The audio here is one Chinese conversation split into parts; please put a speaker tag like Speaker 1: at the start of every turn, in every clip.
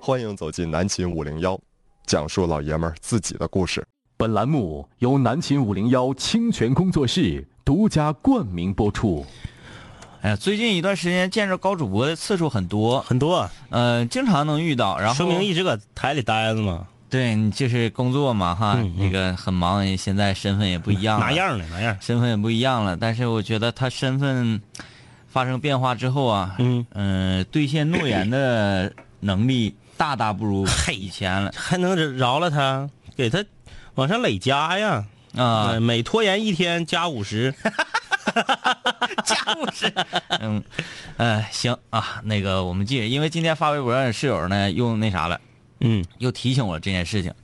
Speaker 1: 欢迎走进南秦五零幺，讲述老爷们儿自己的故事。
Speaker 2: 本栏目由南秦五零幺清泉工作室独家冠名播出。
Speaker 3: 哎呀，最近一段时间见着高主播的次数很多，
Speaker 4: 很多，
Speaker 3: 呃，经常能遇到，然后
Speaker 4: 说明一直搁台里待着嘛，
Speaker 3: 对你就是工作嘛哈，
Speaker 4: 嗯嗯
Speaker 3: 那个很忙，现在身份也不一样了，
Speaker 4: 拿样儿呢，拿样儿。
Speaker 3: 身份也不一样了。但是我觉得他身份发生变化之后啊，
Speaker 4: 嗯
Speaker 3: 呃，兑现诺言的能力大大不如以前了
Speaker 4: 还能惹饶了他，给他往上累加呀。
Speaker 3: 啊
Speaker 4: 呃，每拖延一天加五十，
Speaker 3: 嗯，呃，行啊，那个我们记着，因为今天发微博让室友呢又那啥了。
Speaker 4: 嗯
Speaker 3: 又提醒我这件事情。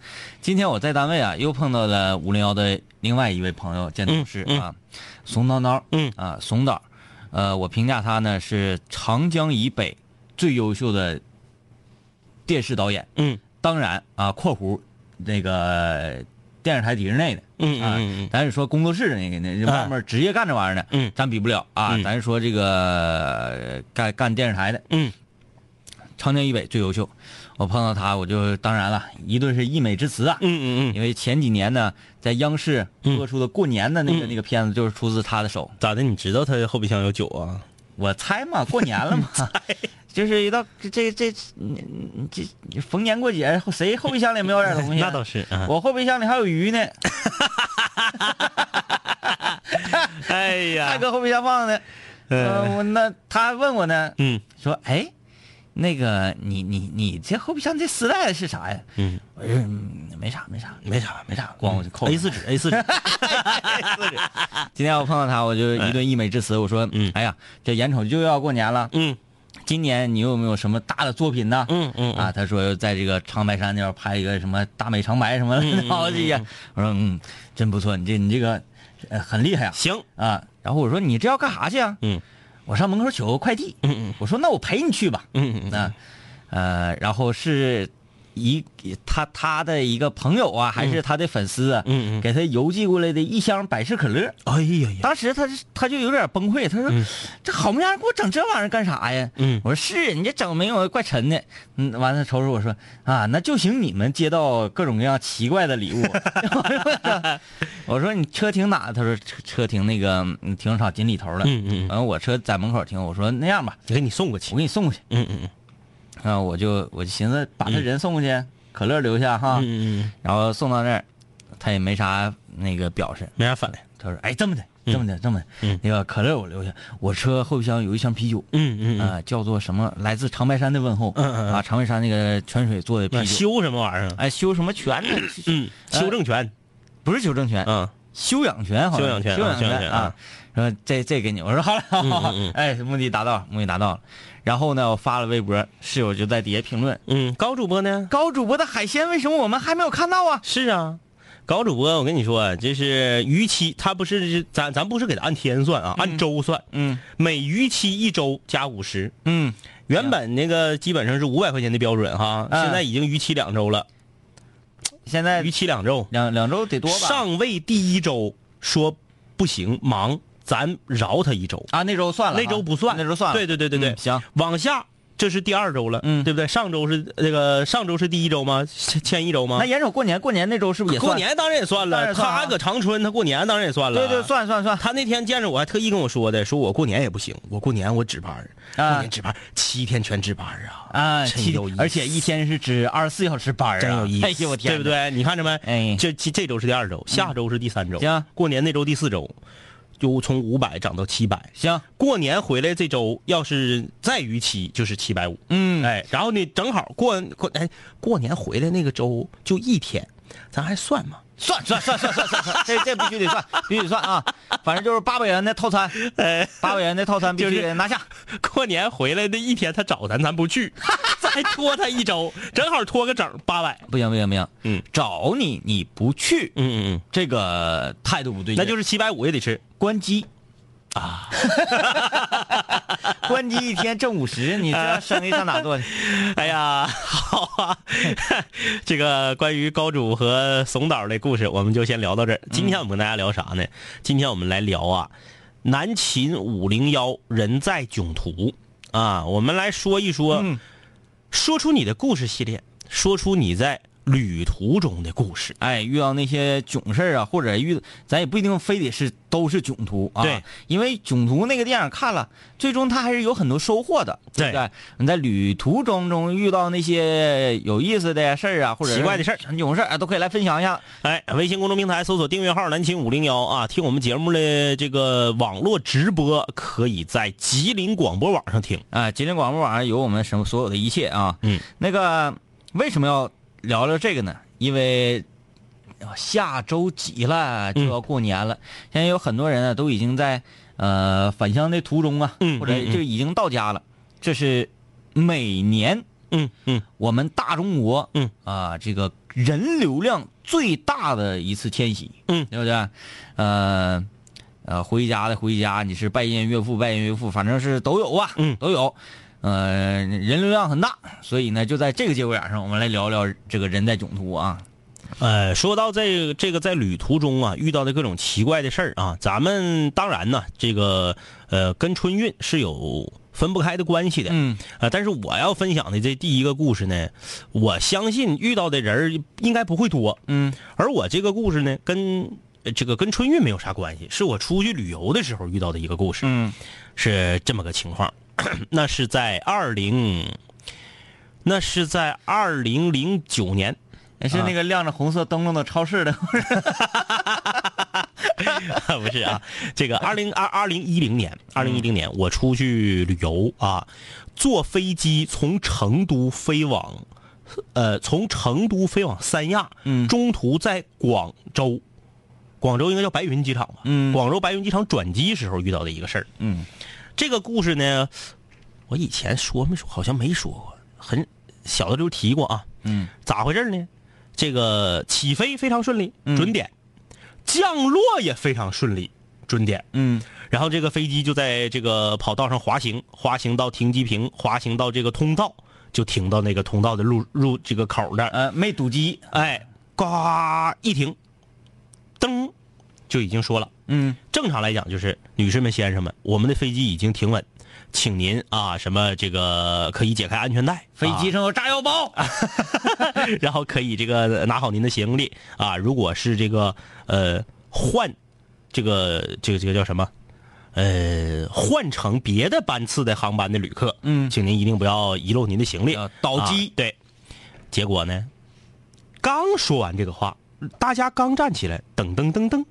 Speaker 3: 今天我在单位啊，又碰到了五零幺的另外一位朋友兼同事啊，怂叨叨，
Speaker 4: 嗯
Speaker 3: 啊，怂导，呃，我评价他呢是长江以北最优秀的电视导演，
Speaker 4: 嗯
Speaker 3: 当然啊，括弧那个电视台体制内的，
Speaker 4: 嗯
Speaker 3: 啊
Speaker 4: 嗯嗯，
Speaker 3: 咱是说工作室那个那
Speaker 4: 啊
Speaker 3: 外面职业干这玩意儿的，
Speaker 4: 嗯
Speaker 3: 咱比不了啊，
Speaker 4: 嗯
Speaker 3: 咱是说这个干干电视台的，
Speaker 4: 嗯，
Speaker 3: 长江以北最优秀。我碰到他，我就当然了一顿是溢美之词啊，
Speaker 4: 嗯嗯嗯，嗯
Speaker 3: 因为前几年呢，在央视播出的过年的那个、那个片子就是出自他的手，
Speaker 4: 咋的？你知道他后备箱有酒啊？
Speaker 3: 我猜嘛，过年了嘛， 就是一到这这你你这这逢年过节，谁后备箱里没有点东西啊、
Speaker 4: 那倒是啊。
Speaker 3: 我后备箱里还有鱼呢，
Speaker 4: 哎
Speaker 3: 大
Speaker 4: 呀，
Speaker 3: 哥后备箱放的。呃，我那他还问我呢，
Speaker 4: 嗯
Speaker 3: 说哎，那个你你你这后备箱这丝带是啥呀？
Speaker 4: 嗯，
Speaker 3: 我说嗯没啊啥没啥嗯
Speaker 4: 没啥没啥，
Speaker 3: 光我就扣了
Speaker 4: A 四纸 A 四纸，
Speaker 3: 今天我碰到他，我就一顿溢美之词，我说，
Speaker 4: 嗯
Speaker 3: 哎呀，这眼瞅就要过年了，
Speaker 4: 嗯
Speaker 3: 今年你有没有什么大的作品呢？
Speaker 4: 嗯嗯
Speaker 3: 啊，他说在这个长白山那边拍一个什么大美长白什么的，然后这些，我说嗯，真不错，你这你这个呃很厉害 啊
Speaker 4: 行，
Speaker 3: 啊！然后我说你这要干啥去啊？
Speaker 4: 嗯
Speaker 3: 我上门口取个快递。
Speaker 4: 嗯嗯
Speaker 3: 我说那我陪你去吧。
Speaker 4: 嗯嗯
Speaker 3: 那呃，然后是一他他的一个朋友啊，还是他的粉丝啊，
Speaker 4: 嗯嗯
Speaker 3: 给他邮寄过来的一箱百事可乐。
Speaker 4: 哎呀呀，
Speaker 3: 当时他是他就有点崩溃，他说：“这好模样给我整这玩意儿干啥呀？”
Speaker 4: 嗯
Speaker 3: 我说：“是你这整没有怪沉的。”嗯，完了，瞅瞅我说：“啊，那就请你们接到各种各样奇怪的礼物。” 我说：“你车停哪？”他说：“车车停那个嗯停车场锦里头了。”
Speaker 4: 嗯嗯嗯
Speaker 3: 完了我车在门口停，我说：“那样吧，
Speaker 4: 给你送过去
Speaker 3: 我。给你送过去。
Speaker 4: 嗯嗯嗯”
Speaker 3: 啊，我就我就寻思把他人送过去，可乐留下哈，
Speaker 4: 嗯嗯，
Speaker 3: 然后送到那儿，他也没啥那个表示。
Speaker 4: 没啥反应。
Speaker 3: 他说：“哎，这么的，
Speaker 4: 嗯
Speaker 3: 这么的，这么的，那个可乐我留下，我车后备箱有一箱啤酒，
Speaker 4: 嗯嗯嗯，
Speaker 3: 啊，叫做什么？来自长白山的问候，
Speaker 4: 嗯嗯嗯
Speaker 3: 啊，长白山那个泉水做的
Speaker 4: 那
Speaker 3: 啤酒，
Speaker 4: 修什么玩意儿？
Speaker 3: 哎，修什么泉呢？
Speaker 4: 嗯，修正权。
Speaker 3: 不是修正泉，
Speaker 4: 嗯
Speaker 3: 修养泉，好像
Speaker 4: 修养泉
Speaker 3: 修
Speaker 4: 啊
Speaker 3: 养
Speaker 4: 修养泉
Speaker 3: 啊
Speaker 4: 啊。嗯
Speaker 3: 说这这给你，我说好了，好好好， 哎，目的达到了，目的达到了。然后呢，我发了微博，室友就在底下评论。”
Speaker 4: 嗯，高主播呢？
Speaker 3: 高主播的海鲜为什么我们还没有看到啊？
Speaker 4: 是啊，搞主播，我跟你说，啊就是逾期，他不是咱咱不是给他按天算啊，按周算，
Speaker 3: 嗯
Speaker 4: 每逾期一周加五十。
Speaker 3: 嗯，
Speaker 4: 原本那个基本上是五百块钱的标准哈，
Speaker 3: 嗯
Speaker 4: 现在已经逾期两周了，
Speaker 3: 现在
Speaker 4: 逾期两周，
Speaker 3: 两两周得多吧？
Speaker 4: 上位第一周说不行，忙，咱饶他一周，
Speaker 3: 啊，那周算了啊，
Speaker 4: 那周不算，
Speaker 3: 那周算了。
Speaker 4: 对对对对对，
Speaker 3: 嗯行，
Speaker 4: 往下这是第二周了，
Speaker 3: 嗯
Speaker 4: 对不对？上周是那个上周是第一周吗？前前一周吗
Speaker 3: 那？眼瞅过年，过年那周是不是也算
Speaker 4: 啊过？年当然也算
Speaker 3: 当
Speaker 4: 了，
Speaker 3: 然算啊
Speaker 4: 他搁长春，他过年当然也算了。啊
Speaker 3: 对对，算算算。
Speaker 4: 他那天见着我还特意跟我说的，说我过年也不行，我过年我值班儿，
Speaker 3: 啊
Speaker 4: 过年值班儿七天全值班儿啊，
Speaker 3: 啊，
Speaker 4: 真
Speaker 3: 七
Speaker 4: 有意
Speaker 3: 天
Speaker 4: 思，
Speaker 3: 而且一天是值二十四小时班儿啊，
Speaker 4: 真有意思，
Speaker 3: 哎呦我天，
Speaker 4: 对不？对？你看着没？
Speaker 3: 哎
Speaker 4: 这这这周是第二周，下周是第三周，
Speaker 3: 嗯行
Speaker 4: 过年那周第四周，就从五百涨到七百。
Speaker 3: 行，
Speaker 4: 过年回来这周要是再逾期就是七百五，
Speaker 3: 嗯，
Speaker 4: 哎，然后呢，正好过过哎过年回来那个周就一天，咱还算吗？
Speaker 3: 算算算算算算算， 这这必须得算，必须得算啊！反正就是八百元的套 餐，八百元的套餐必须
Speaker 4: 哎就
Speaker 3: 得
Speaker 4: 是
Speaker 3: 拿下。
Speaker 4: 过年回来那一天他找咱，咱不去，再拖他一周，正好拖个整八百。
Speaker 3: 不行不行不行，
Speaker 4: 嗯，
Speaker 3: 找你你不去，
Speaker 4: 嗯嗯嗯，
Speaker 3: 这个态度不对劲，
Speaker 4: 那就是七百五也得吃。
Speaker 3: 关机啊！ 关机一天挣五十，你这
Speaker 4: 啊
Speaker 3: 生意上哪做去？
Speaker 4: 哎呀， 好啊，这个关于高主和怂导的故事，我们就先聊到这儿。今天我们跟大家聊啥呢？今天我们来聊啊，南秦五零幺人在囧途啊，我们来说一说。
Speaker 3: 嗯
Speaker 4: 说出你的故事系列，说出你在旅途中的故事。
Speaker 3: 哎，遇到那些囧事儿啊，或者遇咱也不一定非得是都是囧途啊。
Speaker 4: 对，
Speaker 3: 因为囧途那个电影看了，最终他还是有很多收获的，对不
Speaker 4: 对
Speaker 3: 对？你在旅途中中遇到那些有意思的事儿啊，或者
Speaker 4: 奇怪的事儿、
Speaker 3: 囧事儿啊，都可以来分享一下。
Speaker 4: 哎，微信公众平台搜索订阅号“南秦五零幺”啊，听我们节目的这个网络直播，可以在吉林广播网上听。
Speaker 3: 啊，吉林广播网上有我们什么所有的一切啊。
Speaker 4: 嗯，
Speaker 3: 那个为什么要聊聊这个呢？因为下周几了
Speaker 4: 嗯
Speaker 3: 就要过年了，现在有很多人呢都已经在呃返乡的途中啊，
Speaker 4: 嗯
Speaker 3: 或者
Speaker 4: 嗯嗯
Speaker 3: 就已经到家了。这是每年
Speaker 4: 嗯嗯，
Speaker 3: 我们大中国，
Speaker 4: 嗯
Speaker 3: 啊，这个人流量最大的一次迁徙，
Speaker 4: 嗯
Speaker 3: 对不对？呃，呃，回家的回家，你是拜见岳父、拜见岳父，反正是都有啊，
Speaker 4: 嗯
Speaker 3: 都有。呃，人流量很大，所以呢，就在这个节骨眼上，我们来聊聊这个人在囧途啊。
Speaker 4: 呃，说到这个这个在旅途中啊遇到的各种奇怪的事儿啊，咱们当然呢，这个呃跟春运是有分不开的关系的。
Speaker 3: 嗯，
Speaker 4: 啊，但是我要分享的这第一个故事呢，我相信遇到的人儿应该不会多。
Speaker 3: 嗯，
Speaker 4: 而我这个故事呢，跟呃这个跟春运没有啥关系，是我出去旅游的时候遇到的一个故事，
Speaker 3: 嗯
Speaker 4: 是这么个情况。 那是在二零，那是在二零零九年，
Speaker 3: 是那个亮着红色灯笼的超市的，
Speaker 4: 不是啊，这个二零二二零一零年，二零一零年我出去旅游啊，坐飞机从成都飞往，呃，从成都飞往三亚，
Speaker 3: 嗯
Speaker 4: 中途在广州，广州应该叫白云机场吧，
Speaker 3: 嗯
Speaker 4: 广州白云机场转机时候遇到的一个事儿。
Speaker 3: 嗯
Speaker 4: 这个故事呢，我以前说没说，好像没说过，很小的时候提过啊。
Speaker 3: 嗯，
Speaker 4: 咋回事呢？这个起飞非常顺利，
Speaker 3: 嗯
Speaker 4: 准点；降落也非常顺利，准点。
Speaker 3: 嗯
Speaker 4: 然后这个飞机就在这个跑道上滑行，滑行到停机坪，滑行到这个通道，就停到那个通道的入入这个口那儿。
Speaker 3: 呃，没堵机，
Speaker 4: 哎，呱一停，噔，就已经说了。
Speaker 3: 嗯
Speaker 4: 正常来讲，就是女士们、先生们，我们的飞机已经停稳，请您啊，什么这个可以解开安全带，
Speaker 3: 飞机上有炸药包，
Speaker 4: 啊，然后可以这个拿好您的行李啊。如果是这个呃换这个这个这个叫什么？呃，换乘别的班次的航班的旅客，
Speaker 3: 嗯
Speaker 4: 请您一定不要遗漏您的行李
Speaker 3: 啊，倒机
Speaker 4: 啊对，结果呢，刚说完这个话，大家刚站起来，噔噔噔噔，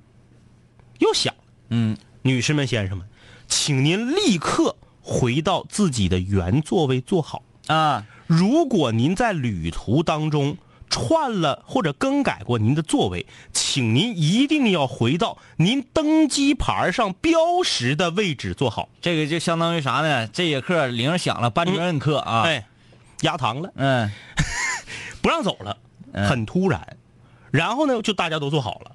Speaker 4: 又响了。
Speaker 3: 嗯
Speaker 4: 女士们、先生们，请您立刻回到自己的原座位坐好。
Speaker 3: 啊，
Speaker 4: 如果您在旅途当中串了或者更改过您的座位，请您一定要回到您登机牌上标识的位置坐好。
Speaker 3: 这个就相当于啥呢？这节课铃响了，班主任课啊，
Speaker 4: 哎，压堂了，哎
Speaker 3: 嗯
Speaker 4: 不让走了，
Speaker 3: 嗯
Speaker 4: 很突然。然后呢，就大家都坐好了，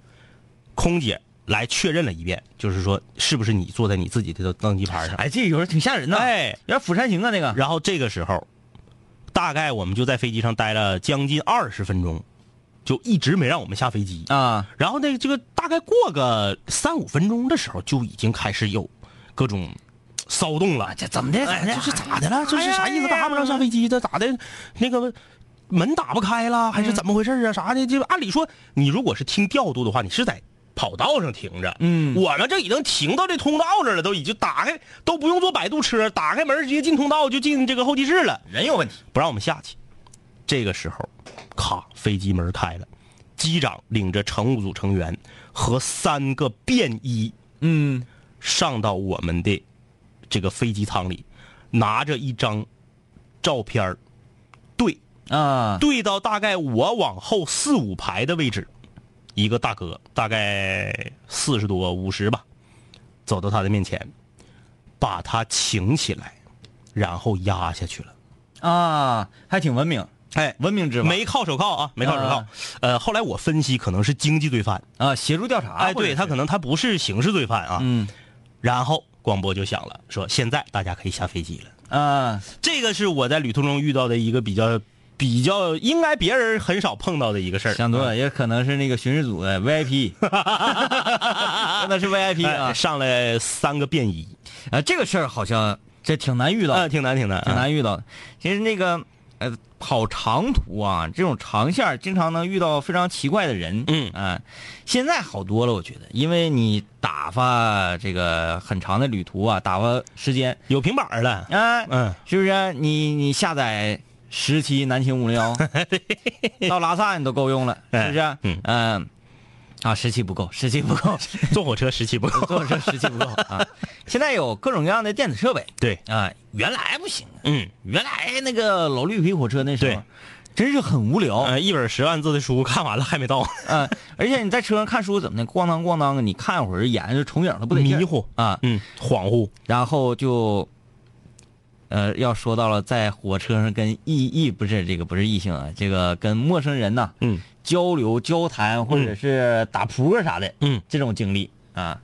Speaker 4: 空姐来确认了一遍，就是说是不是你坐在你自己的登机牌上？
Speaker 3: 哎，这有人挺吓人的，，
Speaker 4: 哎，
Speaker 3: 有点《釜山行》啊，那个，
Speaker 4: 然后这个时候，大概我们就在飞机上待了将近二十分钟，就一直没让我们下飞机。
Speaker 3: 啊，
Speaker 4: 然后呢，这个大概过个三五分钟的时候，就已经开始有各种骚动了。
Speaker 3: 这怎么的？怎么
Speaker 4: 哎，
Speaker 3: 的
Speaker 4: 这是咋的了？这是啥意思？
Speaker 3: 哎呀
Speaker 4: 咋不让上飞机？这咋的？那个门打不开了，还是
Speaker 3: 嗯
Speaker 4: 怎么回事啊？啥的？这按理说，你如果是听调度的话，你是在跑道上停着。
Speaker 3: 嗯
Speaker 4: 我们这已经停到这通道这儿了，都已经打开，都不用坐摆渡车，打开门直接进通道就进这个候机室了，
Speaker 3: 人有问题，
Speaker 4: 不让我们下去。这个时候，咔，飞机门开了，机长领着乘务组成员和三个便衣
Speaker 3: 嗯
Speaker 4: 上到我们的这个飞机舱里，拿着一张照片儿对
Speaker 3: 啊，
Speaker 4: 对到大概我往后四五排的位置，一个大哥大概四十多五十吧，走到他的面前，把他请起来，然后压下去了。
Speaker 3: 啊，还挺文明，
Speaker 4: 哎，
Speaker 3: 文明执法，
Speaker 4: 没铐手铐啊，没铐手铐
Speaker 3: 啊。
Speaker 4: 呃，后来我分析可能是经济罪犯，
Speaker 3: 啊，协助调查，
Speaker 4: 哎，
Speaker 3: 或者
Speaker 4: 对他
Speaker 3: 是
Speaker 4: 可能他不是刑事罪犯啊。
Speaker 3: 嗯
Speaker 4: 然后广播就响了，说现在大家可以下飞机了。
Speaker 3: 啊，
Speaker 4: 这个是我在旅途中遇到的一个比较比较，应该别人很少碰到的一个事儿。
Speaker 3: 想多了，也可能是那个巡视组的 VIP，真的是 VIP
Speaker 4: 哎
Speaker 3: 啊，
Speaker 4: 上来三个便衣，
Speaker 3: 啊，这个事儿好像这挺难遇到
Speaker 4: 啊、
Speaker 3: 的，
Speaker 4: 挺难挺难，
Speaker 3: 挺难遇到的。其实那个，呃，跑长途啊，这种长线儿经常能遇到非常奇怪的人。
Speaker 4: 嗯
Speaker 3: 啊，现在好多了，我觉得，因为你打发这个很长的旅途啊，打发时间，
Speaker 4: 有平板儿 了，
Speaker 3: 啊，
Speaker 4: 嗯，
Speaker 3: 是不是、你你下载十期南秦五零幺， 到拉萨你都够用了，是不是、
Speaker 4: 嗯
Speaker 3: 嗯啊，十期不够，十期不够，
Speaker 4: 坐火车时期不够。
Speaker 3: 坐车十期不够啊。现在有各种各样的电子设备
Speaker 4: 对，
Speaker 3: 啊，原来不行啊，
Speaker 4: 嗯，
Speaker 3: 原来那个老绿皮火车那时
Speaker 4: 对
Speaker 3: 候，真是很无聊。
Speaker 4: 呃，一本十万字的书看完了还没 到，
Speaker 3: 嗯，而且你在车上看书怎么的，咣当咣当，你看会儿眼就重影了，不得劲儿
Speaker 4: 迷糊
Speaker 3: 啊。
Speaker 4: 嗯，恍惚，
Speaker 3: 然后就，呃，要说到了在火车上跟异异不是这个不是异性啊，这个跟陌生人呐、
Speaker 4: 嗯
Speaker 3: 交流交谈或者是打扑克啥的，
Speaker 4: 嗯，
Speaker 3: 这种经历啊，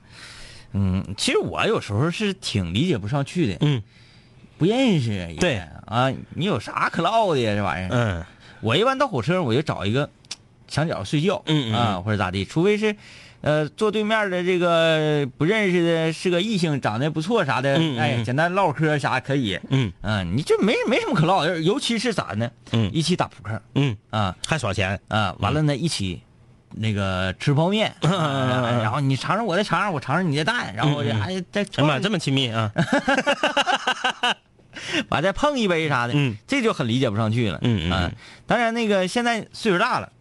Speaker 3: 嗯，其实我有时候是挺理解不上去的，
Speaker 4: 嗯
Speaker 3: 不认识也
Speaker 4: 对
Speaker 3: 啊，你有啥可唠的呀？这玩意儿，
Speaker 4: 嗯
Speaker 3: 我一般到火车上我就找一个墙角睡觉，
Speaker 4: 嗯嗯
Speaker 3: 啊或者咋地，除非是，呃，坐对面的这个不认识的是个异性，长得不错啥的，
Speaker 4: 嗯嗯
Speaker 3: 哎，
Speaker 4: 嗯
Speaker 3: 简单唠嗑啥可以，
Speaker 4: 嗯
Speaker 3: 嗯，你这没没什么可唠的，尤其是咋呢，
Speaker 4: 嗯
Speaker 3: 一起打扑克
Speaker 4: 嗯，
Speaker 3: 啊
Speaker 4: 还耍钱，
Speaker 3: 啊，完了呢一起。那个吃泡面，
Speaker 4: 嗯
Speaker 3: 啊然后你尝尝我的肠，我尝尝你的蛋，然后这还再
Speaker 4: 哎呀妈，
Speaker 3: 蹭
Speaker 4: 这么亲密 啊！
Speaker 3: 完再碰一杯啥的，
Speaker 4: 嗯
Speaker 3: 这就很理解不上去了，
Speaker 4: 嗯嗯
Speaker 3: 啊
Speaker 4: 嗯
Speaker 3: 当然那个现在岁数大了，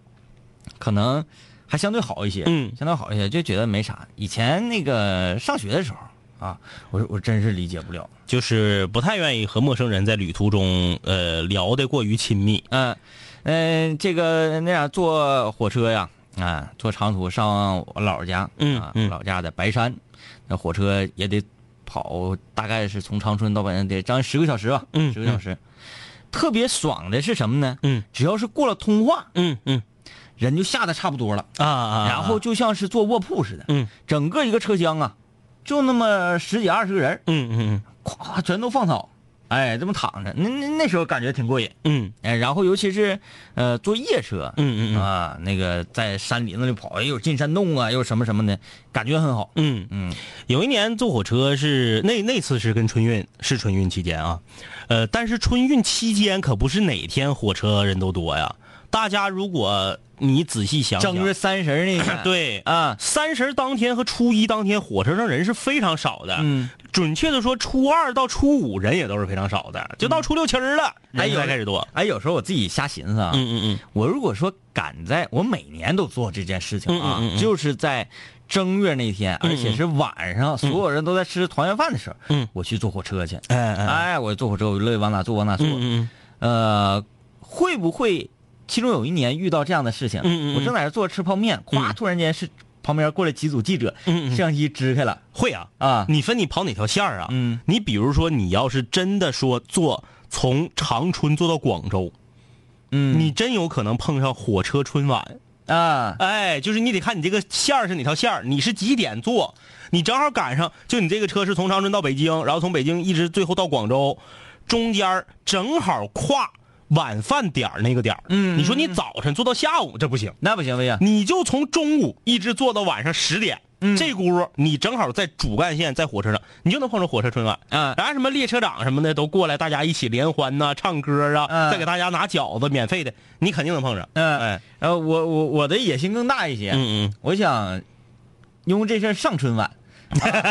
Speaker 3: 可能还相对好一些，
Speaker 4: 嗯
Speaker 3: 相对好一些，就觉得没啥。以前那个上学的时候啊，我我真是理解不了，
Speaker 4: 就是不太愿意和陌生人在旅途中，呃，聊得过于亲密。
Speaker 3: 嗯、嗯、这个那啥坐火车呀，啊、坐长途上我姥姥家，
Speaker 4: 嗯
Speaker 3: 啊，
Speaker 4: 嗯
Speaker 3: 我姥家在白山，那火车也得跑，大概是从长春到白山得将近十个小时吧，
Speaker 4: 嗯
Speaker 3: 十个小时。特别爽的是什么呢？
Speaker 4: 嗯，
Speaker 3: 只要是过了通话，
Speaker 4: 嗯嗯
Speaker 3: 人就下的差不多了，
Speaker 4: 啊啊，
Speaker 3: 然后就像是坐卧铺似的，
Speaker 4: 嗯
Speaker 3: 整个一个车厢啊，就那么十几二十个人，
Speaker 4: 嗯嗯
Speaker 3: 咵全都放倒，哎，这么躺着，那那那时候感觉挺过瘾，
Speaker 4: 嗯
Speaker 3: 哎，然后尤其是呃坐夜车，
Speaker 4: 嗯嗯嗯
Speaker 3: 啊，那个在山林子里跑，哎又进山洞啊，又什么什么的，感觉很好，
Speaker 4: 嗯
Speaker 3: 嗯
Speaker 4: 有一年坐火车是那那次是跟春运是春运期间啊，呃，但是春运期间可不是哪天火车人都多呀。大家如果你仔细想想，
Speaker 3: 正，月三十那天
Speaker 4: 对，呃
Speaker 3: 啊，
Speaker 4: 三十当天和初一当天火车上人是非常少的。
Speaker 3: 嗯，
Speaker 4: 准确的说，初二到初五人也都是非常少的，就到初六七儿了，
Speaker 3: 哎
Speaker 4: 人
Speaker 3: 嗯有
Speaker 4: 才开始多。
Speaker 3: 哎，有时候我自己瞎寻思啊，
Speaker 4: 嗯嗯
Speaker 3: 我如果说赶在我每年都做这件事情啊，
Speaker 4: 嗯嗯嗯嗯
Speaker 3: 就是在正月那天，而且是晚上，所有人都在吃团圆饭的时候，
Speaker 4: 嗯
Speaker 3: 我去坐火车去。
Speaker 4: 嗯，哎哎，
Speaker 3: 哎，我坐火车，我就乐意往哪坐往哪坐。
Speaker 4: 嗯
Speaker 3: 呃，会不会其中有一年遇到这样的事情？
Speaker 4: 嗯嗯嗯嗯
Speaker 3: 我正在那坐着吃泡面，咵，突然间是旁边过来几组记者，
Speaker 4: 嗯嗯
Speaker 3: 摄像机支开了
Speaker 4: 会啊，
Speaker 3: 啊，
Speaker 4: 你分你跑哪条线儿啊？
Speaker 3: 嗯，
Speaker 4: 你比如说，你要是真的说坐从长春坐到广州，
Speaker 3: 嗯，
Speaker 4: 你真有可能碰上火车春晚。
Speaker 3: 啊，
Speaker 4: 哎，就是你得看你这个线儿是哪条线儿，你是几点坐，你正好赶上，就你这个车是从长春到北京，然后从北京一直最后到广州，中间儿正好跨晚饭点儿那个点儿。
Speaker 3: 嗯
Speaker 4: 你说你早晨坐到下午这不行，
Speaker 3: 那不行不行，
Speaker 4: 你就从中午一直坐到晚上十点。
Speaker 3: 嗯
Speaker 4: 这轱辘你正好在主干线，在火车上，你就能碰上火车春晚。
Speaker 3: 啊
Speaker 4: 然后什么列车长什么的都过来，大家一起联欢呐、唱歌啊，
Speaker 3: 嗯
Speaker 4: 再给大家拿饺子，免费的，你肯定能碰上。
Speaker 3: 嗯、
Speaker 4: 哎，
Speaker 3: 呃，我我我的野心更大一些，
Speaker 4: 嗯嗯
Speaker 3: 我想用这事儿上春 晚，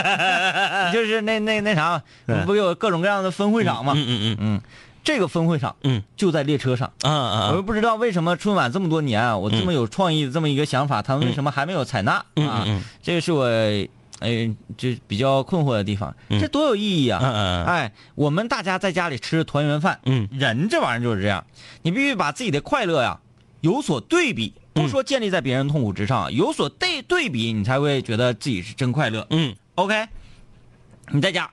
Speaker 3: 啊就是那那那啥，不有各种各样的分会场嘛？
Speaker 4: 嗯嗯嗯
Speaker 3: 嗯，这个分会场
Speaker 4: 嗯
Speaker 3: 就在列车上。
Speaker 4: 啊啊
Speaker 3: 我
Speaker 4: 啊
Speaker 3: 又不知道为什么春晚这么多年啊，我这么有创意的这么一个想法，他们为什么还没有采纳
Speaker 4: 嗯
Speaker 3: 啊？这个是我哎，就比较困惑的地方。这多有意义啊！
Speaker 4: 嗯嗯
Speaker 3: 哎，我们大家在家里吃团圆饭，
Speaker 4: 嗯
Speaker 3: 人这玩意儿就是这样，你必须把自己的快乐呀有所对比，不说建立在别人痛苦之上，有所对对比，你才会觉得自己是真快乐。
Speaker 4: 嗯
Speaker 3: OK，你在家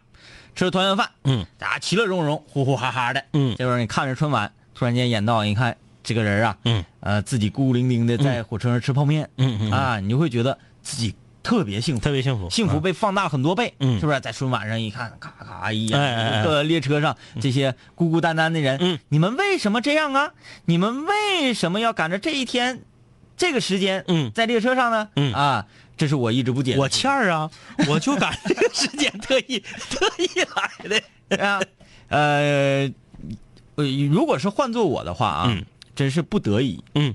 Speaker 3: 吃团圆饭，
Speaker 4: 嗯，
Speaker 3: 大家其乐融融，呼呼哈哈的，
Speaker 4: 嗯
Speaker 3: 这会儿你看着春晚，突然间演到，你看这个人啊，
Speaker 4: 嗯，
Speaker 3: 呃，自己孤零零的在火车上吃泡面，
Speaker 4: 嗯嗯嗯
Speaker 3: 啊，你就会觉得自己特别幸福，
Speaker 4: 特别幸福，啊
Speaker 3: 幸福被放大很多倍，
Speaker 4: 嗯
Speaker 3: 是不是？在春晚上一看，咔咔一
Speaker 4: 哎哎哎
Speaker 3: 眼，各列车上这些孤孤单单的人，
Speaker 4: 嗯
Speaker 3: 你们为什么这样啊？你们为什么要赶着这一天，这个时间，
Speaker 4: 嗯
Speaker 3: 在列车上呢？
Speaker 4: 嗯
Speaker 3: 啊，这是我一直不解的
Speaker 4: 我
Speaker 3: 事情
Speaker 4: 欠儿啊，我就赶 这 个时间特意特意来的。
Speaker 3: 啊，呃，呃，如果是换做我的话啊，
Speaker 4: 嗯
Speaker 3: 真是不得已，
Speaker 4: 嗯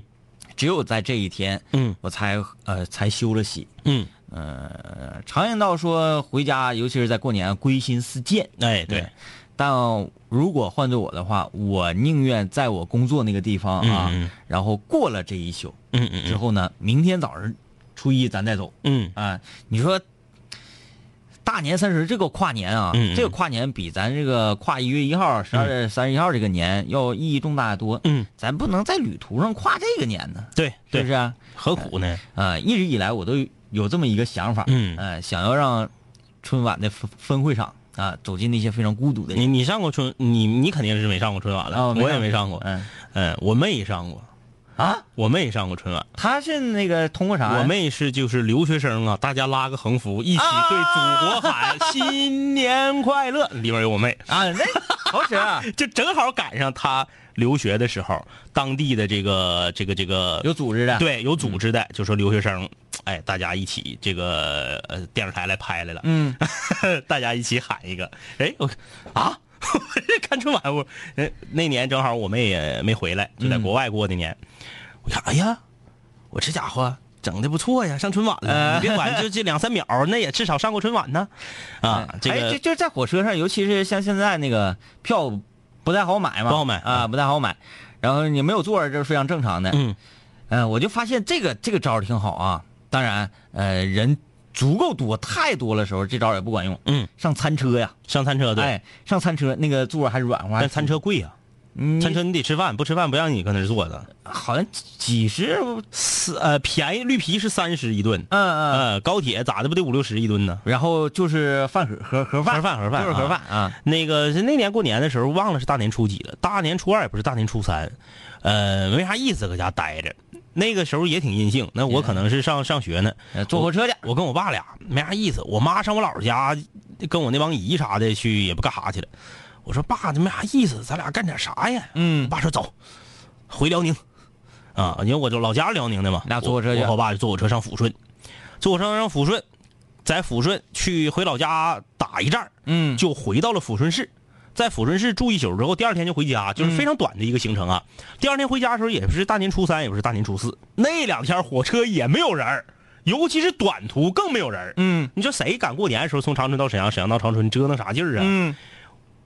Speaker 3: 只有在这一天，
Speaker 4: 嗯
Speaker 3: 我才呃才休了息。
Speaker 4: 嗯，
Speaker 3: 呃，常言道说回家，尤其是在过年，归心似箭。
Speaker 4: 哎对，
Speaker 3: 但如果换做我的话，我宁愿在我工作那个地方啊，
Speaker 4: 嗯嗯
Speaker 3: 然后过了这一宿
Speaker 4: 嗯嗯
Speaker 3: 之后呢，明天早上初一咱再走
Speaker 4: 嗯
Speaker 3: 啊。你说大年三十这个跨年啊，
Speaker 4: 嗯嗯
Speaker 3: 这个跨年比咱这个跨一月一号、十二月三十一号这个年要意义重大得多。
Speaker 4: 嗯，
Speaker 3: 咱不能在旅途上跨这个年呢，
Speaker 4: 对
Speaker 3: 是
Speaker 4: 对，
Speaker 3: 不是啊？
Speaker 4: 何苦呢？
Speaker 3: 呃，一直以来我都有这么一个想法，
Speaker 4: 嗯
Speaker 3: 呃，想要让春晚的分分会场啊走进那些非常孤独的人。
Speaker 4: 你你上过春，你你肯定是没上过春晚了，
Speaker 3: 啊
Speaker 4: 我哦也没上过。
Speaker 3: 嗯
Speaker 4: 嗯，我妹上过，
Speaker 3: 啊，
Speaker 4: 我妹上过春晚。
Speaker 3: 他是那个通过啥呀？
Speaker 4: 我妹是就是留学生啊，大家拉个横幅，一起对祖国 喊“新年快乐”，里边有我妹，
Speaker 3: 啊，那好使啊，
Speaker 4: 就正好赶上她留学的时候，当地的这个这个这个
Speaker 3: 有组织的。，嗯
Speaker 4: 对有组织的，就说留学生，哎，大家一起这个呃电视台来拍来了，
Speaker 3: 嗯，
Speaker 4: 大家一起喊一个，哎，我啊， 我这看春晚我，呃那年正好我妹也没回来，就
Speaker 3: 嗯
Speaker 4: 在国外过的年，我看哎呀，我这家伙整的不错呀，上春晚
Speaker 3: 呃
Speaker 4: 了，你别管就这两三秒，那也至少上过春晚 呢，啊
Speaker 3: 哎，
Speaker 4: 这
Speaker 3: 哎就
Speaker 4: 个
Speaker 3: 就在火车上，尤其是像现在那个票不太好买嘛，
Speaker 4: 不好买
Speaker 3: 啊，不太好买。然后你没有座儿，这是非常正常的。
Speaker 4: 嗯，
Speaker 3: 呃，我就发现这个这个招儿挺好啊。当然，呃，人足够多，太多的时候，这招儿也不管用。
Speaker 4: 嗯，
Speaker 3: 上餐车呀，
Speaker 4: 上餐车对，
Speaker 3: 哎，上餐车那个座儿还软和，还
Speaker 4: 但餐车贵啊呀，
Speaker 3: 嗯
Speaker 4: 餐车你得吃饭，不吃饭不让你搁那儿坐着，
Speaker 3: 好像几十，
Speaker 4: 四呃便宜绿皮是三十一顿，
Speaker 3: 嗯嗯，
Speaker 4: 呃高铁咋的不得五六十一顿呢？
Speaker 3: 然后就是饭盒盒盒饭，
Speaker 4: 盒饭盒饭
Speaker 3: 就是盒饭啊，
Speaker 4: 那个是那年过年的时候，忘了是大年初几了，大年初二也不是大年初三，呃，没啥意思搁家待着。那个时候也挺任性，那我可能是上上学呢，
Speaker 3: 呃坐火车去。
Speaker 4: 我跟我爸俩没啥意思，我妈上我姥姥家，跟我那帮姨啥的去也不干啥去了。我说爸，这没啥意思，咱俩干点啥呀？我
Speaker 3: 嗯，
Speaker 4: 爸说走，回辽宁，啊，因为我就老家辽宁的嘛，
Speaker 3: 俩坐火车去
Speaker 4: 我我和我爸就坐火车上抚顺，坐火车上抚顺，在抚顺去回老家打一站儿，
Speaker 3: 嗯，
Speaker 4: 就回到了抚顺市，在抚顺市住一宿之后，第二天就回家，
Speaker 3: 嗯
Speaker 4: 就是非常短的一个行程啊。第二天回家的时候，也不是大年初三，也不是大年初四，那两天火车也没有人儿，尤其是短途更没有人儿。
Speaker 3: 嗯
Speaker 4: 你说谁敢过年的时候从长春到沈阳，沈阳到长春折腾啥劲儿啊？
Speaker 3: 嗯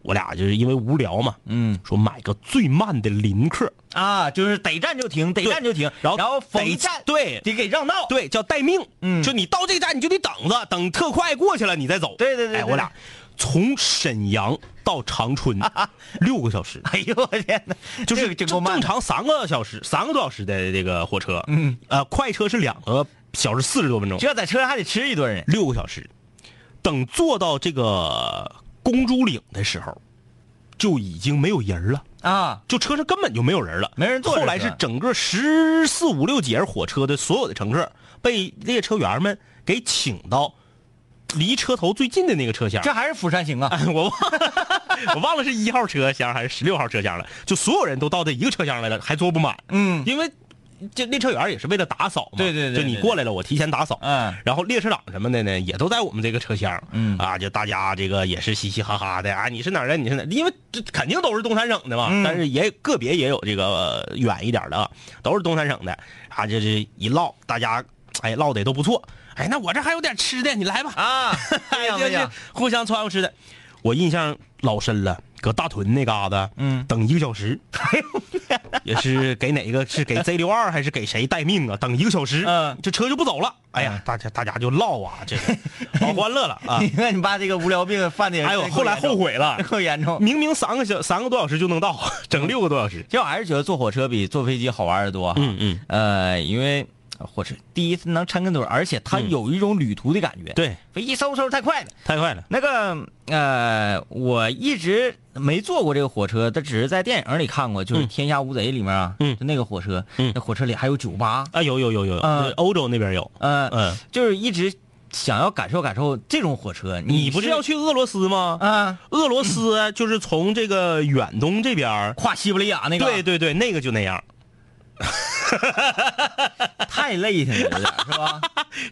Speaker 4: 我俩就是因为无聊嘛，
Speaker 3: 嗯
Speaker 4: 说买个最慢的临客，
Speaker 3: 啊，就是逮站就停，逮站就停，
Speaker 4: 然后
Speaker 3: 然后
Speaker 4: 得
Speaker 3: 逢站
Speaker 4: 对
Speaker 3: 得给让道。
Speaker 4: 对，叫待命。
Speaker 3: 嗯
Speaker 4: 就你到这站你就得等着，等特快过去了你再走。
Speaker 3: 对对对
Speaker 4: 哎，
Speaker 3: 对
Speaker 4: 我俩从沈阳到长春六个小时，
Speaker 3: 哎呦我天哪，
Speaker 4: 就是
Speaker 3: 这个真够
Speaker 4: 正
Speaker 3: 慢
Speaker 4: 正
Speaker 3: 的。
Speaker 4: 常三个小时，三个多小时的这个火车，
Speaker 3: 嗯，
Speaker 4: 呃，快车是两个小时四十多分钟，
Speaker 3: 这在车上还得吃一顿呢。
Speaker 4: 六个小时。等坐到这个公主岭的时候，就已经没有人了，
Speaker 3: 啊，
Speaker 4: 就车上根本就没有人了，
Speaker 3: 没人坐这车
Speaker 4: 后来是整个十四五六节火车的所有的乘客被列车员们给请到离车头最近的那个车厢，
Speaker 3: 这还是《釜山行》啊。
Speaker 4: 我忘了，我忘了是一号车厢还是十六号车厢了，就所有人都到这一个车厢来了，还坐不满。
Speaker 3: 嗯
Speaker 4: 因为这列车员也是为了打扫嘛，
Speaker 3: 对对对
Speaker 4: 就你
Speaker 3: 对
Speaker 4: 过来了，我提前打扫。
Speaker 3: 嗯
Speaker 4: 然后列车长什么的呢，也都在我们这个车厢。
Speaker 3: 嗯
Speaker 4: 啊，就大家这个也是嘻嘻哈哈的啊，你是哪儿人？你是哪儿？因为这肯定都是东三省的嘛，
Speaker 3: 嗯
Speaker 4: 但是也个别也有这个、呃远一点的啊，都是东三省的啊，这这一唠，大家哎唠的也都不错。哎，那我这还有点吃的，你来吧。
Speaker 3: 啊，哎呀
Speaker 4: 就
Speaker 3: 哎
Speaker 4: 是
Speaker 3: 呀，
Speaker 4: 互相穿吃的。我印象老深了，搁大屯那嘎达，
Speaker 3: 嗯
Speaker 4: 等一个小 时，也是给哪个是给 Z 六二还是给谁待命啊？等一个小时，
Speaker 3: 嗯
Speaker 4: 这车就不走了。哎呀，大家大家就唠啊，这个老欢乐了 啊
Speaker 3: 你！看你爸这个无聊病犯的，
Speaker 4: 哎呦，后来后悔 了，
Speaker 3: 够严重。
Speaker 4: 明明三个小三个多小时就能到，整六个多小时。
Speaker 3: 其实我还是觉得坐火车比坐飞机好玩的多。啊
Speaker 4: 嗯嗯，
Speaker 3: 呃，因为火车第一能抻跟腿儿，而且它有一种旅途的感觉。，
Speaker 4: 对，
Speaker 3: 飞机嗖嗖太快了。
Speaker 4: 太快了。
Speaker 3: 那个呃，我一直没坐过这个火车，但只是在电影里看过，就是《天下无贼》里面啊，
Speaker 4: 嗯
Speaker 3: 就那个火车，
Speaker 4: 嗯
Speaker 3: 那火车里还有酒吧，
Speaker 4: 啊，有有有有，
Speaker 3: 啊
Speaker 4: 对欧洲那边有。
Speaker 3: 呃，
Speaker 4: 嗯，
Speaker 3: 就是一直想要感受感受这种火车。
Speaker 4: 你
Speaker 3: 你
Speaker 4: 不是嗯
Speaker 3: 是
Speaker 4: 要去俄罗斯吗？
Speaker 3: 啊
Speaker 4: 俄罗斯就是从这个远东这边儿
Speaker 3: 跨西伯利亚那个？
Speaker 4: 对，对对，那个就那样，
Speaker 3: 太累挺了，有点是 吧？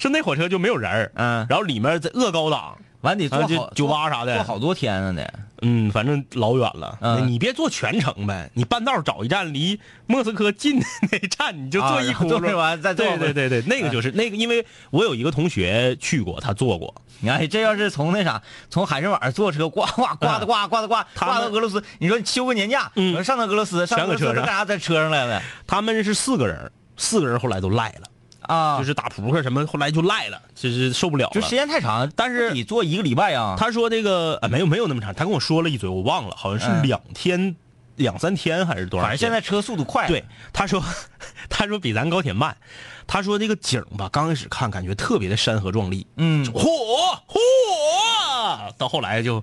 Speaker 4: 是那火车就没有人儿，
Speaker 3: 嗯
Speaker 4: 然后里面在恶高档，
Speaker 3: 完得坐
Speaker 4: 啊就
Speaker 3: 好
Speaker 4: 酒吧啥的
Speaker 3: 坐好多天了得。
Speaker 4: 嗯，反正老远了。
Speaker 3: 嗯
Speaker 4: 你别坐全程呗，你半道找一站离莫斯科近的那站，你就坐一
Speaker 3: 啊然后
Speaker 4: 轱
Speaker 3: 坐
Speaker 4: 辘。
Speaker 3: 这完再坐嗯
Speaker 4: 对
Speaker 3: 回
Speaker 4: 对对对，那个就是那个，因为我有一个同学去过，他坐过。
Speaker 3: 你看，这要是从那啥，从海参崴坐车呱呱呱的呱呱的呱，
Speaker 4: 他们
Speaker 3: 呱到俄罗斯，你说你休个年假，
Speaker 4: 嗯
Speaker 3: 我说上趟俄罗斯，上
Speaker 4: 全
Speaker 3: 趟俄
Speaker 4: 搁
Speaker 3: 罗斯
Speaker 4: 车
Speaker 3: 他
Speaker 4: 上
Speaker 3: 干啥在车上来了
Speaker 4: 他们是四个人，四个人后来都赖了，
Speaker 3: 啊？
Speaker 4: 就是打扑克什么，后来就赖了，就是受不了
Speaker 3: 就
Speaker 4: 了。
Speaker 3: 时间太长，但是你坐一个礼拜呀，
Speaker 4: 他说那个啊，没有没有那么长，他跟我说了一嘴，我忘了，好像
Speaker 3: 嗯
Speaker 4: 是两天、两三天还是多少
Speaker 3: 反
Speaker 4: 天？
Speaker 3: 正现在车速度快，
Speaker 4: 对，他说， 他说比咱高铁慢，他说那个景儿吧，刚开始看感觉特别的山河壮丽，
Speaker 3: 嗯
Speaker 4: 就嚯嚯，到后来就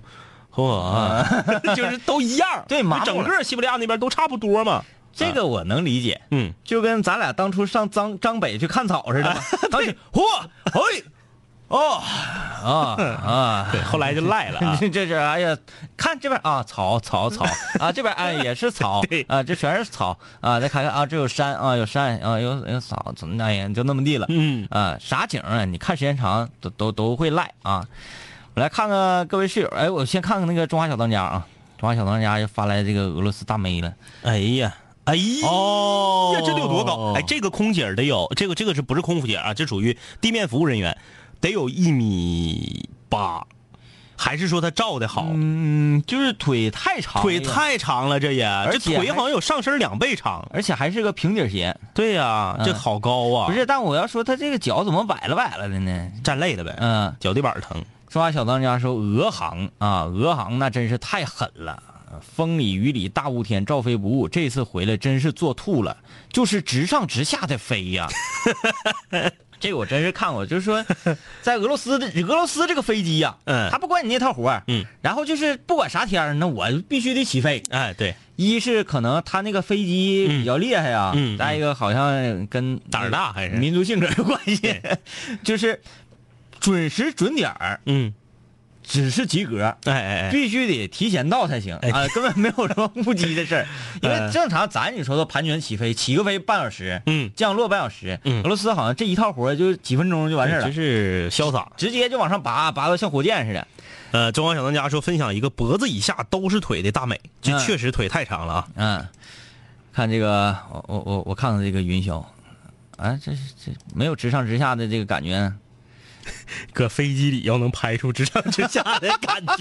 Speaker 4: 嚯， 就是都一样儿，
Speaker 3: 啊对麻木
Speaker 4: 整
Speaker 3: 了
Speaker 4: 个西伯利亚那边都差不多嘛，啊
Speaker 3: 这个我能理解，
Speaker 4: 嗯，
Speaker 3: 就跟咱俩当初上张张北去看草似的嘛， 当时
Speaker 4: 嚯，哎，哦，
Speaker 3: 啊啊。，
Speaker 4: 对，后来就赖了啊
Speaker 3: 这是哎呀，看这边啊，草草草 啊，这边哎也是草
Speaker 4: 对
Speaker 3: 啊，这全是草啊。再看看啊，这有山啊，有山啊，有有草，怎么哎呀，你就那么地了。
Speaker 4: 嗯
Speaker 3: 啊，啥景啊？你看时间长都都都会赖啊。我来看看各位室友，哎，我先看看那个《中华小当家》啊，《中华小当家》又发来这个俄罗斯大妹了。
Speaker 4: 哎呀。哎呀，
Speaker 3: 哦
Speaker 4: 这得有多高？哎，这个空姐儿得有，这个这个是不是空服姐啊？这属于地面服务人员，得有一米八，还是说她照的好？
Speaker 3: 嗯，就是腿太长，
Speaker 4: 腿，太长了，这也这
Speaker 3: 且
Speaker 4: 腿
Speaker 3: 还
Speaker 4: 好像有上身两倍长。
Speaker 3: 而且还是个平底鞋。
Speaker 4: 对呀、这
Speaker 3: 嗯
Speaker 4: 好高啊！
Speaker 3: 不是，但我要说他这个脚怎么崴了崴了的呢？
Speaker 4: 站累了呗，
Speaker 3: 嗯、
Speaker 4: 脚底板疼。
Speaker 3: 中华小当家说俄航啊，俄航那真是太狠了，风里雨里大雾天，照飞不误。这次回来真是做吐了，就是直上直下的飞 呀。这个我真是看过，就是说，在俄罗斯的俄罗斯这个飞机呀、
Speaker 4: 嗯
Speaker 3: 他不管你那套活儿
Speaker 4: 嗯，
Speaker 3: 然后就是不管啥天儿，那我必须得起飞。
Speaker 4: 哎，对，
Speaker 3: 一是可能他那个飞机比较厉害啊，
Speaker 4: 嗯嗯
Speaker 3: 再一个好像跟
Speaker 4: 胆儿大还是
Speaker 3: 民族性格有关系， 就是准时准点儿，
Speaker 4: 嗯，
Speaker 3: 只是及格，
Speaker 4: 哎哎哎，
Speaker 3: 必须得提前到才行
Speaker 4: 哎
Speaker 3: 啊，根本没有什么误机的事 儿。因为正常咱你说的盘旋起飞，起个飞半小时，
Speaker 4: 嗯
Speaker 3: 降落半小时，
Speaker 4: 嗯
Speaker 3: 俄罗斯好像这一套活儿就几分钟就完事儿了
Speaker 4: 真，是潇洒。
Speaker 3: 直接就往上拔，拔到像火箭似的。
Speaker 4: 呃，中央小当家说分享一个脖子以下都是腿的大美，这
Speaker 3: 嗯
Speaker 4: 确实腿太长了啊。
Speaker 3: 嗯，看这个，我我我我看看这个云霄，啊，这是这没有直上直下的这个感觉呢。
Speaker 4: 搁飞机里要能拍出直上直下的感觉，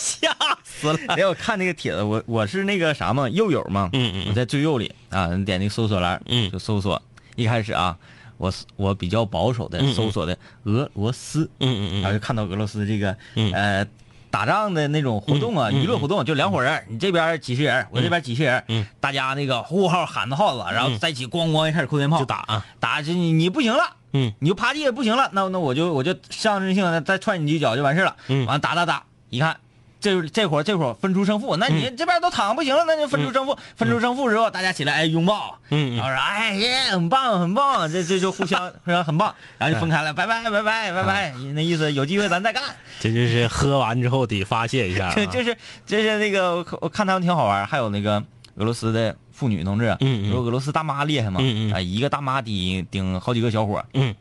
Speaker 4: 吓 死了。
Speaker 3: 哎，我看那个帖子，我我是那个啥嘛，右友嘛，
Speaker 4: 嗯嗯嗯
Speaker 3: 我在最右里啊，你点那个搜索栏，
Speaker 4: 嗯
Speaker 3: 就搜索。一开始啊，我我比较保守的
Speaker 4: 嗯嗯
Speaker 3: 搜索的俄罗斯，
Speaker 4: 嗯嗯
Speaker 3: 然后就看到俄罗斯这个
Speaker 4: 嗯
Speaker 3: 呃打仗的那种活动啊，娱乐活动，就两伙人儿，你这边几十人儿，我这边几十人儿，
Speaker 4: 嗯
Speaker 3: 大家那个呼号喊的号子，然后在一起咣咣一开始扣鞭炮，
Speaker 4: 就打啊，
Speaker 3: 打就你你不行了。
Speaker 4: 嗯
Speaker 3: 你就趴地下不行了，那那我就我就象征性的再踹你几脚就完事了。
Speaker 4: 嗯
Speaker 3: 完了打打打，一看这这会儿这会儿分出胜负，那你
Speaker 4: 嗯
Speaker 3: 这边都躺不行了，那就分出胜负，分出胜负之后大家起来哎拥抱，
Speaker 4: 嗯嗯
Speaker 3: 然后说哎耶很棒很棒，这这就互相互相很棒，然后就分开了，拜拜拜拜拜
Speaker 4: 啊
Speaker 3: 拜，那意思有机会咱再干，
Speaker 4: 这就是喝完之后得发泄一下 啊。
Speaker 3: 就 就是就是那个我看我看他们挺好玩，还有那个。俄罗斯的妇女同志，
Speaker 4: 嗯嗯
Speaker 3: 说俄罗斯大妈厉害嘛，
Speaker 4: 嗯嗯
Speaker 3: 啊，一个大妈顶顶好几个小伙儿，
Speaker 4: 嗯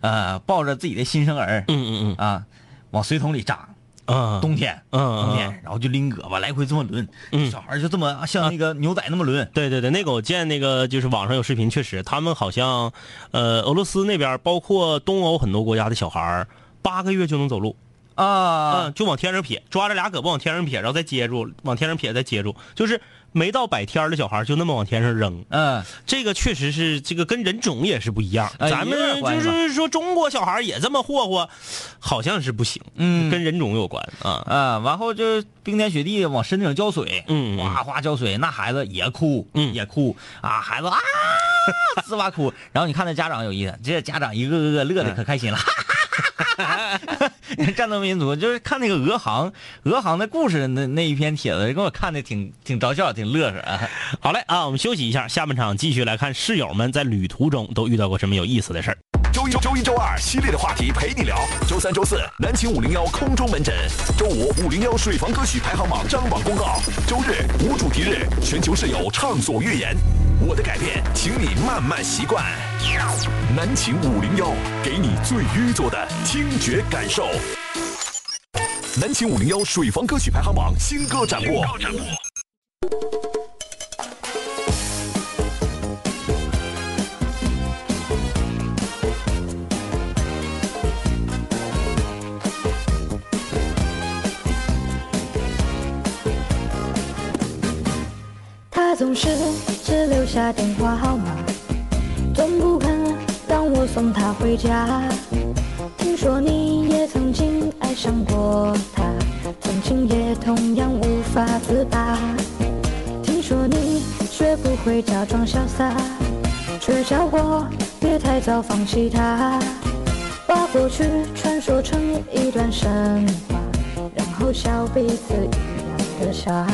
Speaker 3: 呃，抱着自己的新生儿，
Speaker 4: 嗯嗯
Speaker 3: 啊，往水桶里扎。
Speaker 4: 嗯啊，
Speaker 3: 冬天，
Speaker 4: 嗯嗯
Speaker 3: 冬天，然后就拎胳膊来回这么抡，小孩儿就这么
Speaker 4: 嗯
Speaker 3: 像那个牛仔那么抡。
Speaker 4: 对对对，那个我见那个就是网上有视频，确实他们好像，呃，俄罗斯那边包括东欧很多国家的小孩儿，八个月就能走路，
Speaker 3: 啊，
Speaker 4: 嗯，就往天上撇，抓着俩胳膊往天上撇，然后再接住，往天上撇再接住，就是没到百天儿的小孩儿就那么往天上扔，
Speaker 3: 嗯，
Speaker 4: 这个确实是这个跟人种也是不一样，
Speaker 3: 哎
Speaker 4: 咱
Speaker 3: 有点
Speaker 4: 们
Speaker 3: 关
Speaker 4: 就
Speaker 3: 系吧
Speaker 4: 是说中国小孩儿也这么霍霍，好像是不行，
Speaker 3: 嗯
Speaker 4: 跟人种有关啊，
Speaker 3: 啊，完后就是冰天雪地往身顶浇水，
Speaker 4: 嗯嗯
Speaker 3: 哗哗浇水，那孩子也哭，
Speaker 4: 嗯
Speaker 3: 也哭啊，孩子啊， 吱哇哭。然后你看那家长有意思，这家长一个个个乐的可开 心了。哈哈哈哈哈！战斗民族就是看那个俄航，俄航的故事那那一篇帖子，给我看的挺挺着笑，挺乐呵啊。
Speaker 4: 好嘞啊，我们休息一下，下半场继续来看室友们在旅途中都遇到过什么有意思的事儿。
Speaker 5: 周一、周一周二系列的话题陪你聊，周三、周四南秦五零幺空中门诊，周五五零幺水房歌曲排行榜张榜公告，周日无主题日，全球室友畅所欲言。我的改变，请你慢慢习惯。南秦五零幺给你最愚拙的听觉感受。南秦五零幺水房歌曲排行榜新歌展播。
Speaker 6: 他总是只留下电话号码，从不肯让我送他回家。听说你也曾经爱上过他，曾经也同样无法自拔。听说你学不会假装潇洒，却教我别太早放弃他。把过去传说成一段神话，然后笑彼此一样的傻。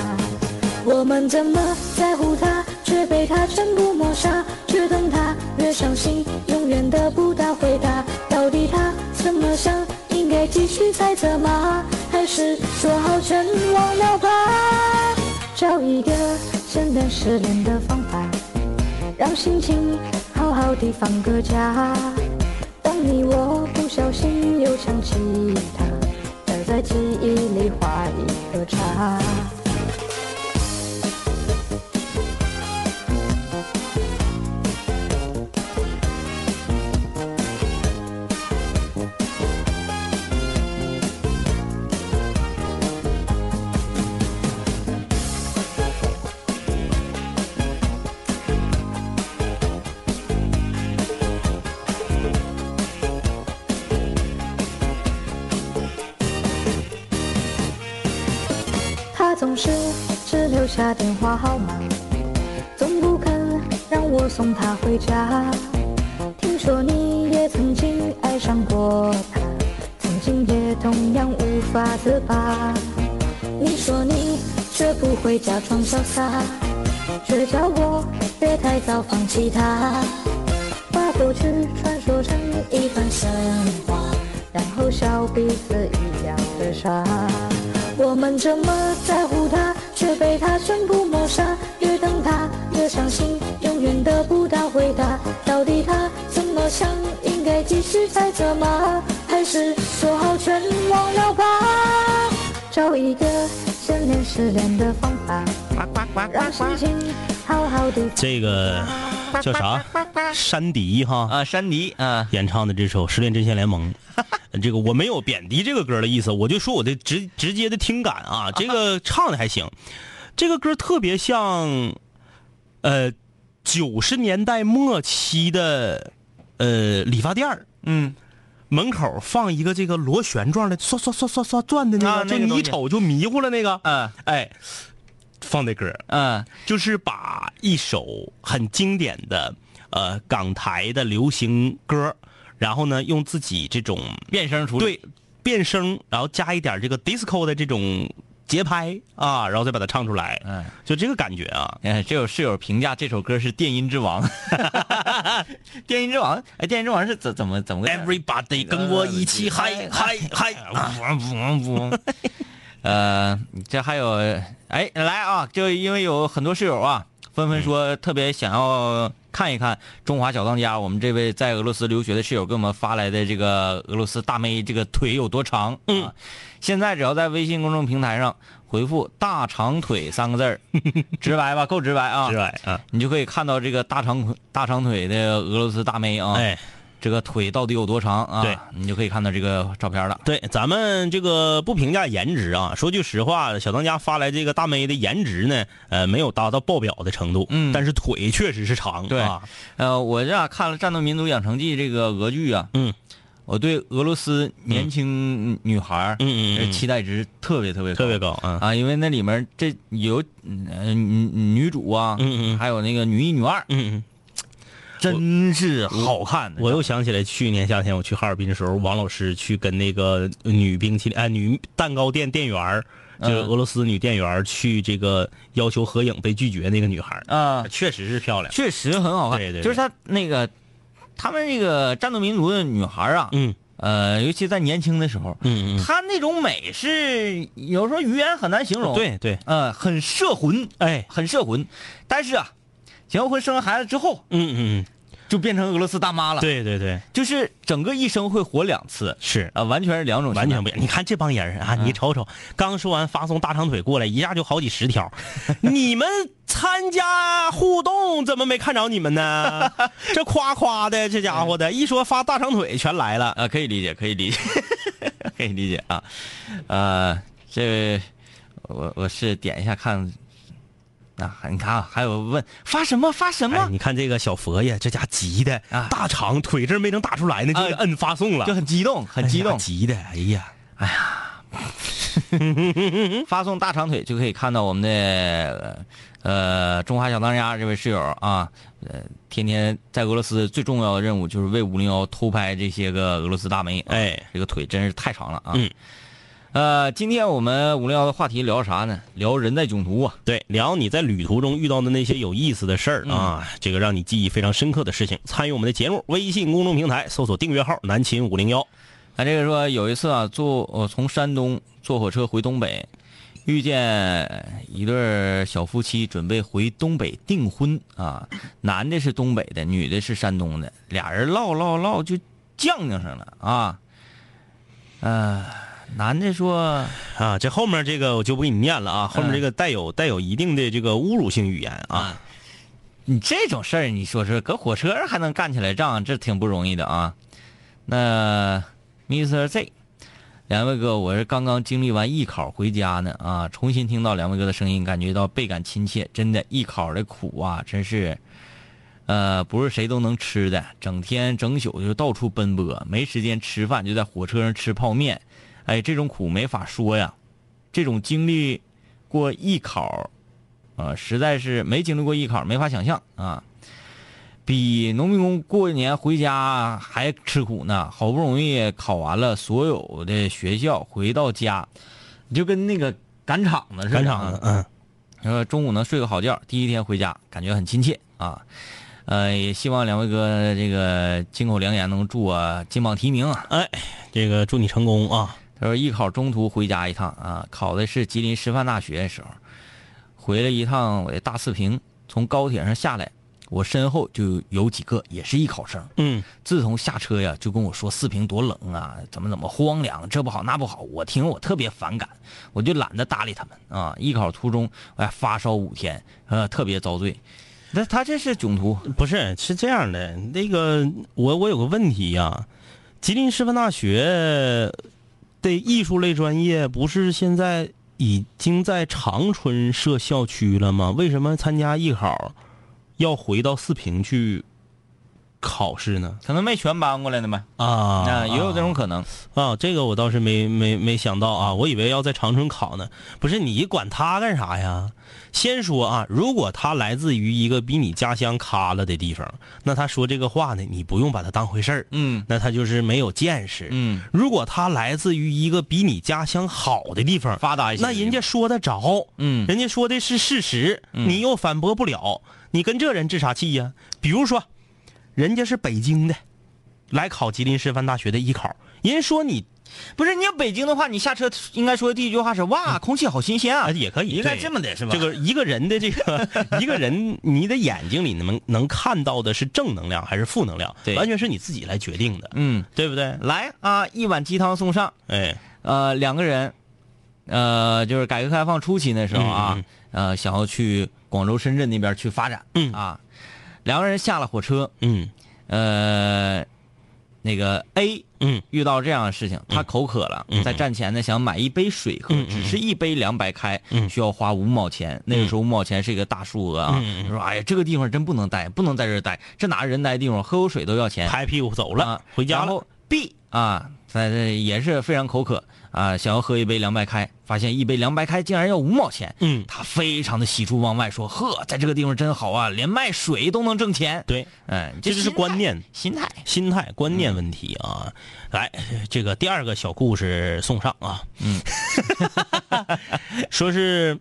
Speaker 6: 我们怎么在乎他，却被他全部抹杀？只等他越伤心，永远得不到回答。到底他怎么想？应该继续猜测吗？还是说好全忘了吧？找一个简单失恋的方法，让心情好好地放个假。当你我不小心又想起他，再在记忆里画一个叉。他总是只留下电话号码，总不肯让我送他回家。听说你也曾经爱上过他，曾经也同样无法自拔。你说你学不会假装潇洒，却叫我别太早放弃他。把过去传说成一段神话，然后笑彼此一样的傻。我们这么在乎他，却被他全部抹杀。越等他越伤心，永远得不到回答。到底他怎么想？应该继续猜测吗？还是说好全忘了吧？找一个先恋失恋的方法，让心情好好的。
Speaker 4: 这个叫啥？山迪哈
Speaker 3: 啊，山迪啊，
Speaker 4: 演唱的这首《失恋阵线联盟》。 这个我没有贬低这个歌的意思，我就说我的直直接的听感啊，这个唱的还行。这个歌特别像，呃，九十年代末期的呃理发店儿
Speaker 3: 嗯，
Speaker 4: 门口放一个这个螺旋状的刷刷刷刷刷转的那个，
Speaker 3: 啊那个
Speaker 4: 就你
Speaker 3: 东
Speaker 4: 一
Speaker 3: 西
Speaker 4: 瞅就迷糊了那个。
Speaker 3: 嗯
Speaker 4: 哎，放的歌。
Speaker 3: 嗯
Speaker 4: 就是把一首很经典的呃港台的流行歌，然后呢用自己这种
Speaker 3: 变声处理。
Speaker 4: 对变声，然后加一点这个 disco 的这种节拍啊，然后再把它唱出来，
Speaker 3: 嗯，
Speaker 4: 就这个感觉啊。
Speaker 3: 哎，这有室友评价这首歌是电音之王， 电音之王，哎，电音之王是怎怎么怎么个哎
Speaker 4: Everybody 跟我一起嗨嗨嗨！啊
Speaker 3: 呃，这还有，哎，来啊，就因为有很多室友啊，纷纷说特别想要看一看《中华小当家》，我们这位在俄罗斯留学的室友给我们发来的这个俄罗斯大妹这个腿有多长？嗯、现在只要在微信公众平台上回复“大长腿”三个字儿，直白吧， 够直白啊，
Speaker 4: 之外啊，
Speaker 3: 你就可以看到这个大长大长腿的俄罗斯大妹啊，
Speaker 4: 哎，
Speaker 3: 这个腿到底有多长啊？
Speaker 4: 对，
Speaker 3: 你就可以看到这个照片了。
Speaker 4: 对，咱们这个不评价颜值啊，说句实话，小当家发来这个大妹的颜值呢，呃，没有达到爆表的程度，
Speaker 3: 嗯
Speaker 4: 但是腿确实是长，
Speaker 3: 对
Speaker 4: 啊，
Speaker 3: 呃，我这啊看了《战斗民族养成记》这个俄剧啊，
Speaker 4: 嗯，
Speaker 3: 我对俄罗斯年轻女孩儿
Speaker 4: 嗯嗯嗯
Speaker 3: 呃期待值特别特别高
Speaker 4: 特别高，嗯
Speaker 3: 啊，因为那里面这有嗯呃女女主啊，
Speaker 4: 嗯嗯
Speaker 3: 还有那个女一女二，
Speaker 4: 嗯嗯。
Speaker 3: 真是好看的。
Speaker 4: 我又想起来，去年夏天我去哈尔滨的时候，王老师去跟那个女冰淇淋哎女蛋糕店店员儿，就是俄罗斯女店员儿去这个要求合影被拒绝那个女孩儿，
Speaker 3: 啊，
Speaker 4: 确实是漂亮。
Speaker 3: 确实很好看，
Speaker 4: 对对对
Speaker 3: 就是她那个他们这个战斗民族的女孩儿啊，
Speaker 4: 嗯
Speaker 3: 呃，尤其在年轻的时候，
Speaker 4: 嗯嗯
Speaker 3: 她那种美是有时候语言很难形容，
Speaker 4: 嗯，，对对，
Speaker 3: 呃，很摄魂，
Speaker 4: 哎，
Speaker 3: 很摄魂。但是啊，结完婚生完孩子之后，
Speaker 4: 嗯嗯嗯，啊
Speaker 3: 就变成俄罗斯大妈了。，
Speaker 4: 对对对，
Speaker 3: 就是整个一生会活两次，
Speaker 4: 是
Speaker 3: 啊，完全是两种情
Speaker 4: 完
Speaker 3: 况，
Speaker 4: 全不一样。你看这帮人啊，你瞅瞅，刚说完发送大长腿过来，一下就好几十 条。你们参加互动怎么没看着你们 呢？这夸夸的，这家伙的，一说发大长腿全来了。
Speaker 3: 啊，可以理解，可以理解， 可以理解啊。呃，这位我我是点一下看，啊，你看啊，还有问发什么发什么、
Speaker 4: 哎，你看这个小佛爷，这家急的
Speaker 3: 啊，
Speaker 4: 大长腿这没能打出来呢，就给
Speaker 3: 啊
Speaker 4: 摁发送了，
Speaker 3: 就很激动，很激
Speaker 4: 哎呀
Speaker 3: 动。
Speaker 4: 急的，哎呀，嗯
Speaker 3: 发送大长腿就可以看到我们的呃中华小当家这位室友啊，呃，天天在俄罗斯最重要的任务就是为五零幺偷拍这些个俄罗斯大美女。
Speaker 4: 哎，
Speaker 3: 这个腿真是太长了啊。
Speaker 4: 嗯。
Speaker 3: 呃，今天我们五零幺的话题聊啥呢？聊人在囧途啊。
Speaker 4: 对，聊你在旅途中遇到的那些有意思的事儿啊，这个让你记忆非常深刻的事情。参与我们的节目，微信公众平台搜索订阅号“南秦五零幺
Speaker 3: 他这个说有一次啊，坐我、从山东坐火车回东北，遇见一对儿小夫妻准备回东北订婚啊，男的是东北的，女的是山东的，俩人唠唠唠就犟犟上了啊。呃，男的说，”
Speaker 4: 啊。这后面这个我就不给你念了啊，后面这个带有、带有一定的这个侮辱性语言啊。
Speaker 3: 你这种事儿，你说说，搁火车上还能干起来仗，这挺不容易的啊。那 Mr. Z，两位哥，我是刚刚经历完艺考回家呢啊，重新听到两位哥的声音，感觉到倍感亲切。真的，艺考的苦啊，真是，呃，不是谁都能吃的。整天整宿就到处奔波，没时间吃饭，就在火车上吃泡面。哎，这种苦没法说呀，这种经历过艺考啊，实在是没经历过艺考，没法想象啊。比农民工过年回家还吃苦呢，好不容易考完了所有的学校，回到家，你就跟那个赶场子似的啊。
Speaker 4: 赶场子，嗯，
Speaker 3: 然后中午能睡个好觉，第一天回家感觉很亲切啊。呃，也希望两位哥这个金口良言能祝我金榜题名啊。
Speaker 4: 哎这个祝你成功啊。
Speaker 3: 他说艺考中途回家一趟啊，考的是吉林师范大学的时候，回来一趟我的大四平，从高铁上下来，我身后就有几个也是艺考生。
Speaker 4: 嗯，
Speaker 3: 自从下车呀，就跟我说四平多冷啊，怎么怎么荒凉，这不好那不好。我听我特别反感，我就懒得搭理他们啊。艺考途中，哎，发烧五天，呃，特别遭罪。那他这是囧途，
Speaker 4: 不是，是这样的，那个我我有个问题呀、吉林师范大学的艺术类专业不是现在已经在长春设校区了吗？为什么参加艺考要回到四平去考试呢？
Speaker 3: 可能没全搬过来呢呗，
Speaker 4: 啊
Speaker 3: 啊，也有这种可能。
Speaker 4: 啊，这个我倒是没没没想到啊，我以为要在长春考呢。不是你管他干啥呀？先说啊，如果他来自于一个比你家乡卡了的地方，那他说这个话呢，你不用把他当回事儿，
Speaker 3: 嗯
Speaker 4: 那他就是没有见识。
Speaker 3: 嗯，
Speaker 4: 如果他来自于一个比你家乡好的地方，
Speaker 3: 发达一些的
Speaker 4: 那
Speaker 3: 地方，
Speaker 4: 人家说得着，
Speaker 3: 嗯
Speaker 4: 人家说的是事实，你又反驳不了，你跟这人置啥气呀？比如说，人家是北京的，来考吉林师范大学的艺考，人说你
Speaker 3: 不是你要北京的话，你下车应该说的第一句话是哇，空气好新鲜啊
Speaker 4: 嗯啊，，也可以，
Speaker 3: 应该
Speaker 4: 对
Speaker 3: 这么的是吧？
Speaker 4: 这个一个人的 这个一个人，你的眼睛里能能看到的是正能量还是负能量，
Speaker 3: 对
Speaker 4: 完全是你自己来决定的，
Speaker 3: 嗯，
Speaker 4: 对不对？
Speaker 3: 来啊，一碗鸡汤送上，
Speaker 4: 哎，
Speaker 3: 呃，两个人，呃，就是改革开放初期那时候啊，
Speaker 4: 嗯
Speaker 3: 呃，想要去广州、深圳那边去发展，
Speaker 4: 嗯
Speaker 3: 啊，两个人下了火车，
Speaker 4: 嗯
Speaker 3: 呃，那个 A
Speaker 4: 嗯
Speaker 3: 遇到这样的事情，他口渴了，
Speaker 4: 嗯
Speaker 3: 在站前呢想买一杯水喝，
Speaker 4: 嗯嗯
Speaker 3: 只是一杯两百开，
Speaker 4: 嗯
Speaker 3: 需要花五毛钱。那个时候五毛钱是一个大数额啊。
Speaker 4: 嗯嗯嗯
Speaker 3: 他说：“哎呀，这个地方真不能待，不能在这儿待，这哪是人待的地方？喝口水都要钱。
Speaker 4: 拍屁股走了，
Speaker 3: 啊
Speaker 4: 回家
Speaker 3: 然
Speaker 4: 了
Speaker 3: 后，B 啊，在这也是非常口渴啊，想要喝一杯凉白开，发现一杯凉白开竟然要五毛钱。
Speaker 4: 嗯
Speaker 3: 他非常的喜出望外，说：“呵，在这个地方真好啊，连卖水都能挣钱。”，
Speaker 4: 对，
Speaker 3: 哎，
Speaker 4: 这就是
Speaker 3: 心态
Speaker 4: 观念
Speaker 3: 心态。嗯
Speaker 4: 心态观念问题啊。来，这个第二个小故事送上啊，嗯， 说是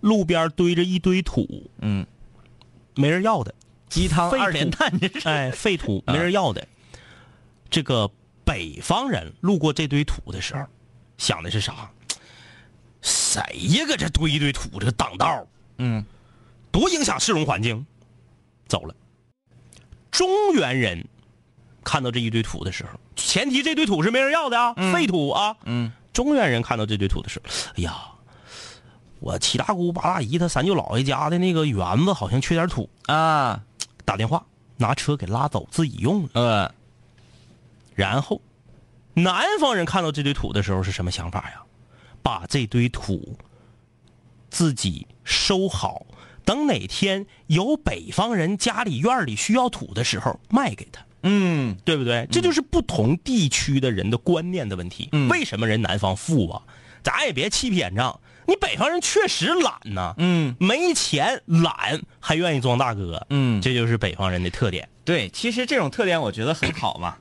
Speaker 4: 路边堆着一堆土，
Speaker 3: 嗯，
Speaker 4: 没人要的，
Speaker 3: 鸡汤
Speaker 4: 废土
Speaker 3: 二连蛋，这是
Speaker 4: 哎，废土没人要的。这个北方人路过这堆土的时候，想的是啥？谁呀？搁这堆一堆土，这挡道，
Speaker 3: 嗯，
Speaker 4: 多影响市容环境。走了，中原人看到这一堆土的时候，前提这堆土是没人要的啊，废土啊。嗯，中原人看到这堆土的时候，哎呀，我七大姑八大姨她三舅姥爷家的那个园子好像缺点土，
Speaker 3: 啊，
Speaker 4: 打电话拿车给拉走自己用了。
Speaker 3: 呃，
Speaker 4: 然后，南方人看到这堆土的时候是什么想法呀？把这堆土自己收好，等哪天有北方人家里院里需要土的时候卖给他，
Speaker 3: 嗯，
Speaker 4: 对不对？这就是不同地区的人的观念的问题。
Speaker 3: 嗯
Speaker 4: 为什么人南方富啊？咱也别欺骗账，你北方人确实懒呐、
Speaker 3: 嗯，
Speaker 4: 没钱懒还愿意装大哥，
Speaker 3: 嗯
Speaker 4: 这就是北方人的特点。
Speaker 3: 对，其实这种特点我觉得很好 嘛。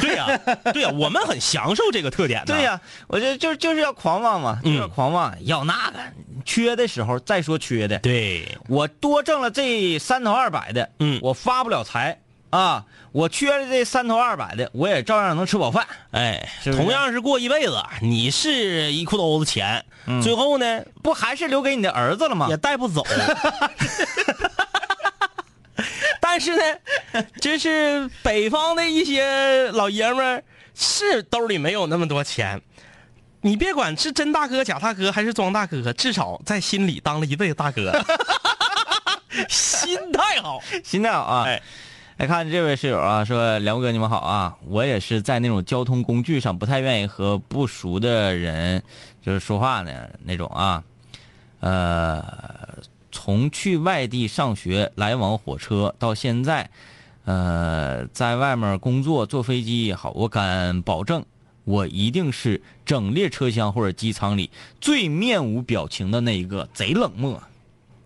Speaker 4: 对 呀、对呀、我们很享受这个特点呢。
Speaker 3: 对呀、我觉得就就是要狂妄
Speaker 4: 嗯
Speaker 3: 嘛，就是要狂妄，要那个缺的时候再说缺的。
Speaker 4: 对，
Speaker 3: 我多挣了这三头二百的，
Speaker 4: 嗯
Speaker 3: 我发不了财啊，我缺了这三头二百的，我也照样能吃饱饭。
Speaker 4: 哎，
Speaker 3: 是不是
Speaker 4: 同样是过一辈子，你是一裤兜子钱，
Speaker 3: 嗯
Speaker 4: 最后呢
Speaker 3: 不还是留给你的儿子了吗
Speaker 4: 也？带不 走。但是呢，就是北方的一些老爷们儿是兜里没有那么多钱，你别管是真大哥、假大哥还是装大哥，至少在心里当了一辈子大 哥，心态好。
Speaker 3: 心态好啊！
Speaker 4: 哎，
Speaker 3: 来看这位室友啊，说梁哥你们好啊，我也是在那种交通工具上不太愿意和不熟的人就是说话呢那种啊，呃，从去外地上学来往火车到现在，呃，在外面工作坐飞机也好，我敢保证。我一定是整列车厢或者机舱里最面无表情的那一个，贼冷漠。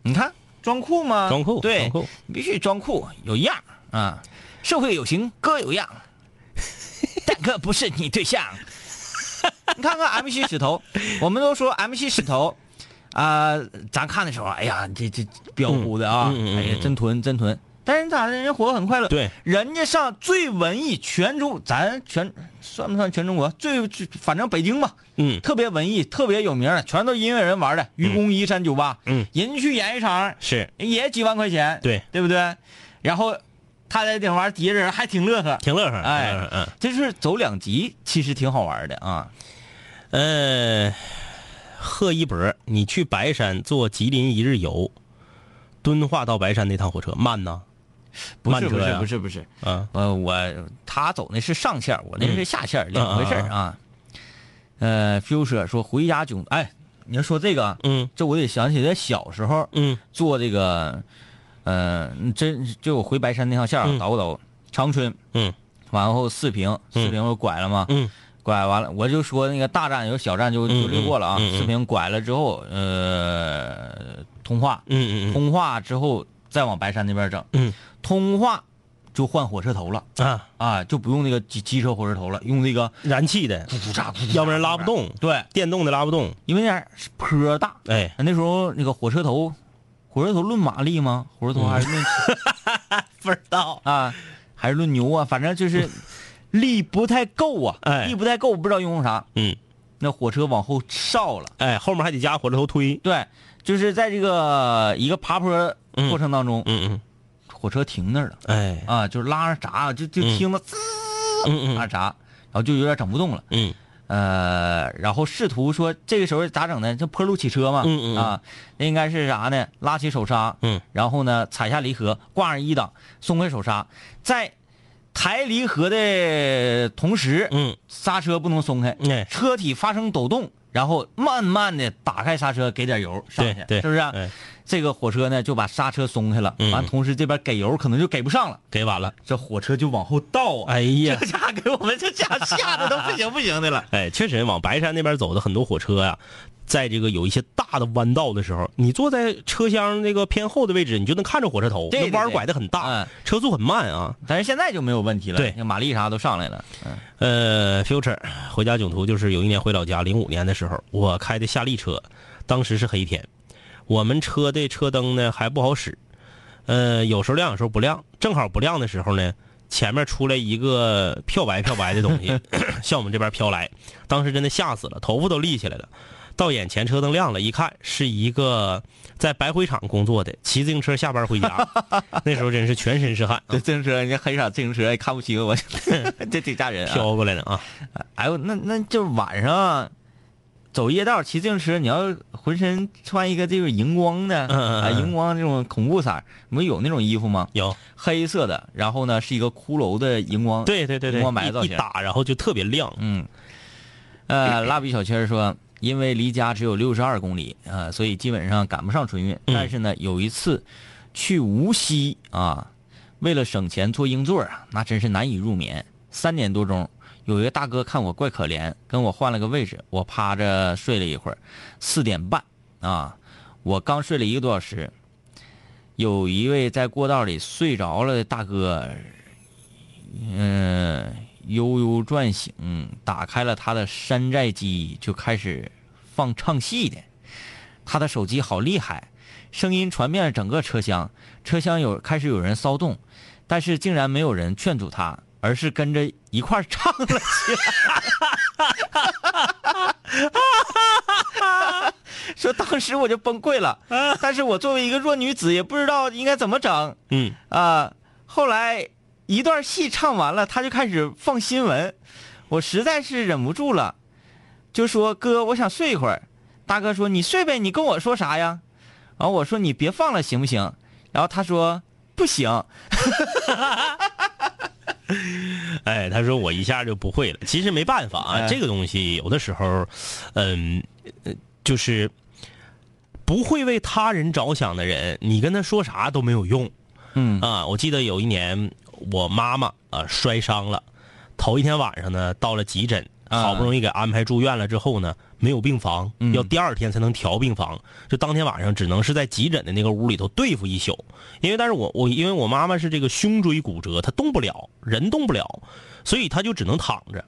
Speaker 3: 你看，装酷吗？
Speaker 4: 装酷
Speaker 3: 啊对，
Speaker 4: 装酷
Speaker 3: 你必须装酷，有样儿啊！社会有型，哥有 样，但哥不是你对象。 你看看 MC 石头，我们都说 MC 石头啊、咱看的时候，哎呀，这这彪呼的啊，
Speaker 4: 嗯嗯嗯
Speaker 3: 哎呀，真囤真囤。但是咋的，人家活得很快乐。
Speaker 4: 对
Speaker 3: 人家上最文艺全中，咱全算不算全中国最？最反正北京吧，
Speaker 4: 嗯
Speaker 3: 特别文艺，特别有名的，全都音乐人玩的，愚公移山酒吧，
Speaker 4: 嗯
Speaker 3: 人家去演艺场
Speaker 4: 是
Speaker 3: 也几万块钱，
Speaker 4: 对
Speaker 3: 对不对？然后他在顶玩底下人还挺乐呵，
Speaker 4: 挺乐呵，
Speaker 3: 哎
Speaker 4: 挺乐呵嗯。
Speaker 3: 这就是走两极，其实挺好玩的啊。
Speaker 4: 呃，贺一博，你去白山坐吉林一日游，敦化到白山那趟火车慢呢？
Speaker 3: 不
Speaker 4: 慢
Speaker 3: 是
Speaker 4: 车
Speaker 3: 不是
Speaker 4: 呀
Speaker 3: 不是不是，
Speaker 4: 啊，嗯
Speaker 3: 呃，我他走那是上线儿，我那是下线儿，两回事儿啊。呃，future 说回家囧，哎，你要说这个啊，
Speaker 4: 嗯
Speaker 3: 这我得想起来小时候，
Speaker 4: 嗯
Speaker 3: 坐这个，呃，真就我回白山那条线儿啊
Speaker 4: 嗯
Speaker 3: 倒不倒长春，
Speaker 4: 嗯
Speaker 3: 完后四平，四平我拐了嘛，
Speaker 4: 嗯
Speaker 3: 拐完了我就说那个大站有小站就就略过了啊，
Speaker 4: 嗯嗯嗯
Speaker 3: 四平拐了之后，呃，通化，
Speaker 4: 嗯嗯
Speaker 3: 通化之后再往白山那边整，
Speaker 4: 嗯
Speaker 3: 通化就换火车头了
Speaker 4: 嗯啊，
Speaker 3: 啊，就不用那个机机车火车头了，用那个
Speaker 4: 燃气的，
Speaker 3: 鼓炸鼓，
Speaker 4: 要不然拉不 动，
Speaker 3: 对，
Speaker 4: 电动的拉不动。
Speaker 3: 因为那儿是坡大，
Speaker 4: 哎，
Speaker 3: 那时候那个火车头，火车头论马力吗？火车头还是论、
Speaker 4: 不知道。
Speaker 3: 啊，还是论牛啊？反正就是力不太够啊，
Speaker 4: 哎
Speaker 3: 力不太够，不知道用啥。
Speaker 4: 嗯，
Speaker 3: 那火车往后烧了，
Speaker 4: 哎，后面还得加火车头推。
Speaker 3: 对，就是在这个一个爬坡过程当中，
Speaker 4: 嗯嗯，
Speaker 3: 火车停那儿了
Speaker 4: 哎，
Speaker 3: 啊，就是拉着闸，就就
Speaker 4: 嗯
Speaker 3: 听着滋、
Speaker 4: 嗯
Speaker 3: 拉
Speaker 4: 嗯
Speaker 3: 着闸，然后就有点整不动了。
Speaker 4: 嗯
Speaker 3: 呃，然后试图说这个时候咋整呢？这坡路起车嘛，
Speaker 4: 嗯嗯嗯
Speaker 3: 啊，那应该是啥呢？拉起手刹，
Speaker 4: 嗯，
Speaker 3: 然后呢踩下离合，挂上一档，松开手刹，在抬离合的同时，
Speaker 4: 嗯，
Speaker 3: 刹车不能松开，
Speaker 4: 哎
Speaker 3: 车体发生抖动，然后慢慢的打开刹车，给点油上去，
Speaker 4: 对对
Speaker 3: 是不是、
Speaker 4: 哎
Speaker 3: 这个火车呢就把刹车松开了，
Speaker 4: 嗯
Speaker 3: 完、同时这边给油可能就给不上了，
Speaker 4: 给晚了。
Speaker 3: 这火车就往后倒啊，
Speaker 4: 哎呀，
Speaker 3: 这家给我们这家吓得都不行不行的了。
Speaker 4: 哎，确实往白山那边走的很多火车呀、啊在这个有一些大的弯道的时候，你坐在车厢那个偏后的位置，你就能看着火车头，
Speaker 3: 对对
Speaker 4: 那弯儿
Speaker 3: 对
Speaker 4: 拐的很大，
Speaker 3: 嗯
Speaker 4: 车速很慢啊。
Speaker 3: 但是现在就没有问题了，
Speaker 4: 对
Speaker 3: 像马力啥都上来 了。嗯
Speaker 4: 呃，future 回家囧途就是有一年回老家，零五年的时候，我开的夏利车，当时是黑天，我们车的车灯呢还不好使，呃，有时候亮，有时候不亮，正好不亮的时候呢，前面出来一个漂白漂白的东西，向我们这边飘来，当时真的吓死了，头发都立起来了。到眼前车灯亮了，一看是一个在白灰厂工作的，骑自行车下班回家，那时候真是全身是汗啊，
Speaker 3: 这自行车，人家黑色自行车，哎看不起我， 这挺吓人啊！
Speaker 4: 飘过来的啊。
Speaker 3: 哎呦，那那就是晚上走夜道骑自行车，你要浑身穿一个这个荧光的，
Speaker 4: 嗯嗯嗯
Speaker 3: 啊，荧光这种恐怖色儿，你们有那种衣服吗？
Speaker 4: 有，
Speaker 3: 黑色的，然后呢是一个骷髅的荧光，
Speaker 4: 对对对对，
Speaker 3: 荧光白的造
Speaker 4: 一
Speaker 3: 型
Speaker 4: 一。打然后就特别亮。
Speaker 3: 嗯，呃，蜡笔小新儿说，因为离家只有六十二公里啊、所以基本上赶不上春运。但是呢，有一次去无锡啊，为了省钱坐硬座儿啊，那真是难以入眠。三点多钟，有一个大哥看我怪可怜，跟我换了个位置，我趴着睡了一会儿。四点半啊，我刚睡了一个多小时。有一位在过道里睡着了的大哥，嗯、悠悠转醒，打开了他的山寨机，就开始放唱戏的。他的手机好厉害，声音传遍了整个车厢，车厢有开始有人骚动，但是竟然没有人劝阻他，而是跟着一块儿唱了起来。 说当时我就崩溃了，但是我作为一个弱女子，也不知道应该怎么整。
Speaker 4: 嗯，
Speaker 3: 啊，后来一段戏唱完了，他就开始放新闻，我实在是忍不住了，就说哥，我想睡一会儿。大哥说你睡呗，你跟我说啥呀？然后我说你别放了行不行？然后他说不行。
Speaker 4: 哎，他说我一下就不会了。其实没办法啊，
Speaker 3: 哎
Speaker 4: 这个东西有的时候，嗯，呃就是不会为他人着想的人，你跟他说啥都没有用。
Speaker 3: 嗯
Speaker 4: 啊，我记得有一年我妈妈啊摔伤了，头一天晚上呢到了急诊，
Speaker 3: 啊嗯
Speaker 4: 好不容易给安排住院了之后呢，没有病房，要第二天才能调病房，就当天晚上只能是在急诊的那个屋里头对付一宿，因为但是我我因为我妈妈是这个胸椎骨折，她动不了，人动不了，所以她就只能躺着。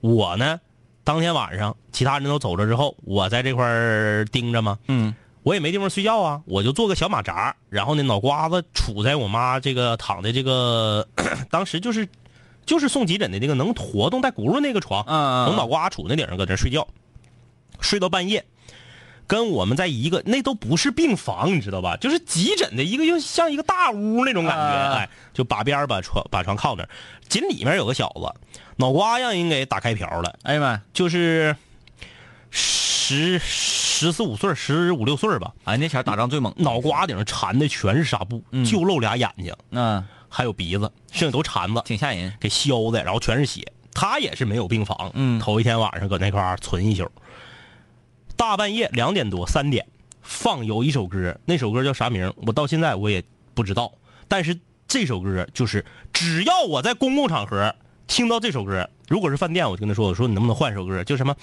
Speaker 4: 我呢，当天晚上其他人都走了之后，我在这块儿盯着嘛，
Speaker 3: 嗯
Speaker 4: 我也没地方睡觉啊，我就做个小马扎，然后呢，脑瓜子杵在我妈这个躺的这个， 当时就是就是送急诊的这个能活动带轱辘那个床，
Speaker 3: 啊
Speaker 4: 从脑瓜杵那顶上搁那睡觉，睡到半夜，跟我们在一个那都不是病房，你知道吧？就是急诊的一个又像一个大屋那种感觉，
Speaker 3: 啊
Speaker 4: 哎，就把边儿把床把床靠那儿，紧里面有个小子，脑瓜让人给打开瓢了。
Speaker 3: 哎呀妈呀，
Speaker 4: 就是十十四五岁儿、十五六岁儿吧，
Speaker 3: 俺那前儿打仗最猛，
Speaker 4: 脑瓜顶上缠的全是纱布，就露俩眼睛，
Speaker 3: 嗯，
Speaker 4: 还有鼻子，剩下都缠子，
Speaker 3: 挺吓人。
Speaker 4: 给削的，然后全是血。他也是没有病房，
Speaker 3: 嗯
Speaker 4: 头一天晚上搁那块儿存一宿，大半夜两点多三点放有一首歌，那首歌叫啥名儿？我到现在我也不知道，但是这首歌就是只要我在公共场合听到这首歌，如果是饭店，我就跟他说，我说你能不能换首歌？就什么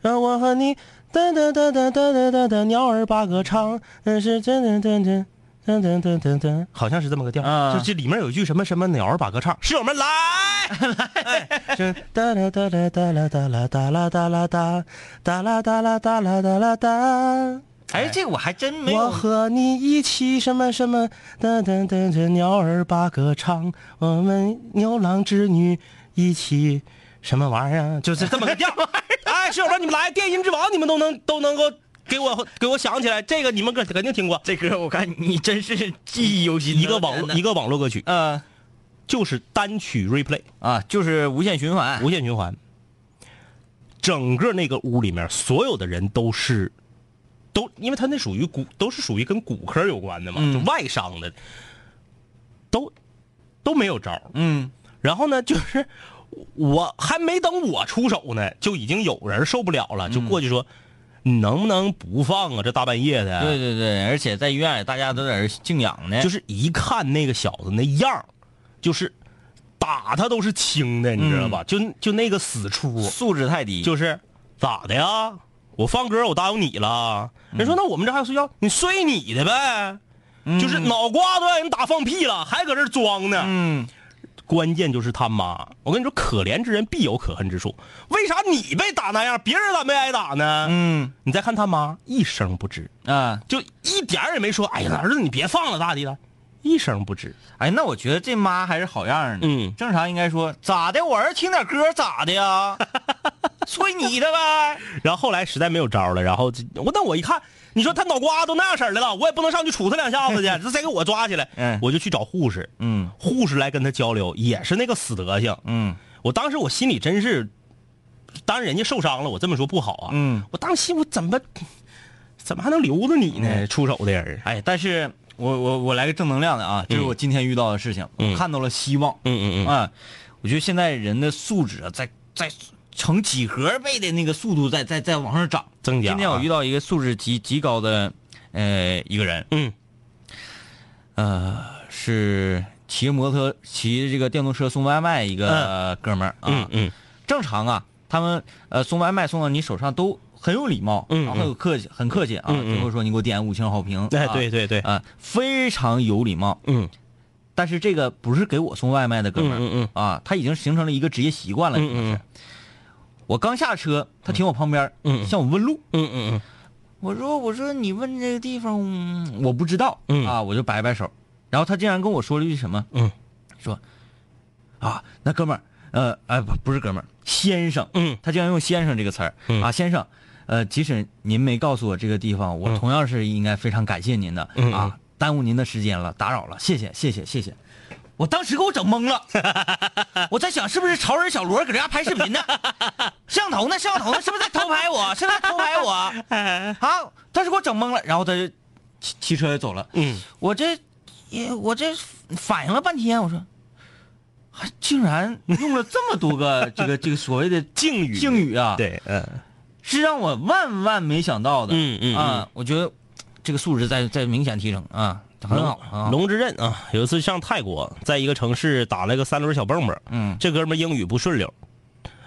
Speaker 4: 让我和你哒哒哒哒哒哒哒哒，鸟儿八个唱，嗯是噔噔噔噔噔噔噔噔噔，好像是这么个调儿。
Speaker 3: 啊
Speaker 4: 就这里面有一句什么什么鸟儿八个唱，室友们来，哎，这哒啦哒啦哒啦哒啦哒啦哒啦哒，哒啦哒啦哒啦哒啦哒。
Speaker 3: 哎，这我还真没
Speaker 4: 我
Speaker 3: 有。
Speaker 4: 和你一起什么什么，噔噔噔噔，鸟儿八个唱，我们牛郎织女一起什么玩意儿啊，就是这么个调儿。 哎，室友们，你们来，电音之王，你们都能都能够给我给我想起来，这个你们肯肯定听过。
Speaker 3: 这歌我看你真是记忆犹新。
Speaker 4: 一个网络一
Speaker 3: 个
Speaker 4: 个网络歌曲，
Speaker 3: 呃
Speaker 4: 就是单曲 replay
Speaker 3: 啊，就是无限循环。
Speaker 4: 无限循环。整个那个屋里面，所有的人都是，都因为他那属于骨，都是属于跟骨科有关的嘛，
Speaker 3: 嗯
Speaker 4: 就外伤的，都都没有招儿
Speaker 3: 嗯
Speaker 4: 然后呢，就是我还没等我出手呢，就已经有人受不了了，
Speaker 3: 嗯
Speaker 4: 就过去说：“你能不能不放啊？这大半夜的。”
Speaker 3: 对对对，而且在医院里大家都在这儿静养呢，
Speaker 4: 就是是一看那个小子那样儿就是打他都是轻的，你知道吧？
Speaker 3: 嗯
Speaker 4: 就就那个死出，
Speaker 3: 素质太低。
Speaker 4: 就是咋的呀？我放歌我答应你了，
Speaker 3: 嗯
Speaker 4: 人说那我们这还有睡觉，你睡你的呗，就是脑瓜都让人打放屁了，还搁这儿装呢。
Speaker 3: 嗯，
Speaker 4: 关键就是他妈，我跟你说，可怜之人必有可恨之处。为啥你被打那样，别人咋没挨打呢？
Speaker 3: 嗯
Speaker 4: 你再看他妈，一声不吱，
Speaker 3: 啊，
Speaker 4: 就一点儿也没说。哎呀，儿子，你别放了，咋地了？一声不吱。
Speaker 3: 哎，那我觉得这妈还是好样儿的。
Speaker 4: 嗯
Speaker 3: 正常应该说咋的，我儿子听点歌咋的 呀？吹你的呗。
Speaker 4: 然后后来实在没有招儿了，然后这我那我一看，你说他脑瓜都那样式儿的了，我也不能上去杵他两下子去，这再给我抓起来，
Speaker 3: 嗯
Speaker 4: 我就去找护士，
Speaker 3: 嗯
Speaker 4: 护士来跟他交流，也是那个死德行。
Speaker 3: 嗯
Speaker 4: 我当时我心里真是，当然人家受伤了，我这么说不好啊，
Speaker 3: 嗯，
Speaker 4: 我当时我怎么怎么还能留着你呢？出手的人，啊
Speaker 3: 哎，但是我我我来个正能量的啊，这是我今天遇到的事情，
Speaker 4: 嗯
Speaker 3: 我看到了希望。
Speaker 4: 嗯嗯嗯
Speaker 3: 啊，我觉得现在人的素质啊，在在成几何倍的那个速度在在在往上涨
Speaker 4: 增加啊
Speaker 3: 今天我遇到一个素质极极高的呃一个人，
Speaker 4: 嗯
Speaker 3: 是骑摩托骑这个电动车送外卖一个哥们儿啊，
Speaker 4: 嗯嗯
Speaker 3: 正常啊，他们呃送外卖送到你手上都很有礼貌，
Speaker 4: 嗯
Speaker 3: 然后很有客气，很客气啊，
Speaker 4: 嗯嗯
Speaker 3: 最后说你给我点五星好评，
Speaker 4: 哎
Speaker 3: 啊
Speaker 4: 对对对
Speaker 3: 啊，非常有礼貌。
Speaker 4: 嗯
Speaker 3: 但是这个不是给我送外卖的哥们儿，
Speaker 4: 嗯嗯
Speaker 3: 啊，他已经形成了一个职业习惯了，
Speaker 4: 嗯
Speaker 3: 已经
Speaker 4: 嗯
Speaker 3: 是。我刚下车，他停我旁边，
Speaker 4: 嗯嗯
Speaker 3: 向我问路。
Speaker 4: 嗯嗯
Speaker 3: 我说我说你问这个地方嗯我不知道，
Speaker 4: 嗯
Speaker 3: 啊，我就摆摆手。然后他竟然跟我说了一句什么，
Speaker 4: 嗯，
Speaker 3: 说啊，那哥们儿，呃，哎，不不是哥们儿，先生，
Speaker 4: 嗯，
Speaker 3: 他竟然用先生这个词儿、
Speaker 4: 嗯
Speaker 3: 啊，先生，呃，即使您没告诉我这个地方，我同样是应该非常感谢您的、
Speaker 4: 嗯
Speaker 3: 啊，耽误您的时间了，打扰了，谢谢，谢谢，谢谢。我当时给我整懵了， 我在想是不是潮人小罗搁这家拍视频呢？摄像头呢？摄像头呢？是不是在偷拍我？是不是在偷拍我？ 啊！当时给我整懵了，然后他就骑骑车就走了。
Speaker 4: 嗯
Speaker 3: 我这也我这反应了半天，我说，还竟然用了这么多 个这个这个所谓的
Speaker 4: 敬语
Speaker 3: 敬语啊，
Speaker 4: 嗯，，对，嗯
Speaker 3: 是让我万万没想到的。
Speaker 4: 嗯嗯
Speaker 3: 啊，我觉得这个素质在在明显提升啊，很好啊。
Speaker 4: 龙之刃啊，有一次上泰国，在一个城市打了个三轮小蹦蹦，
Speaker 3: 嗯
Speaker 4: 这哥们儿英语不顺溜，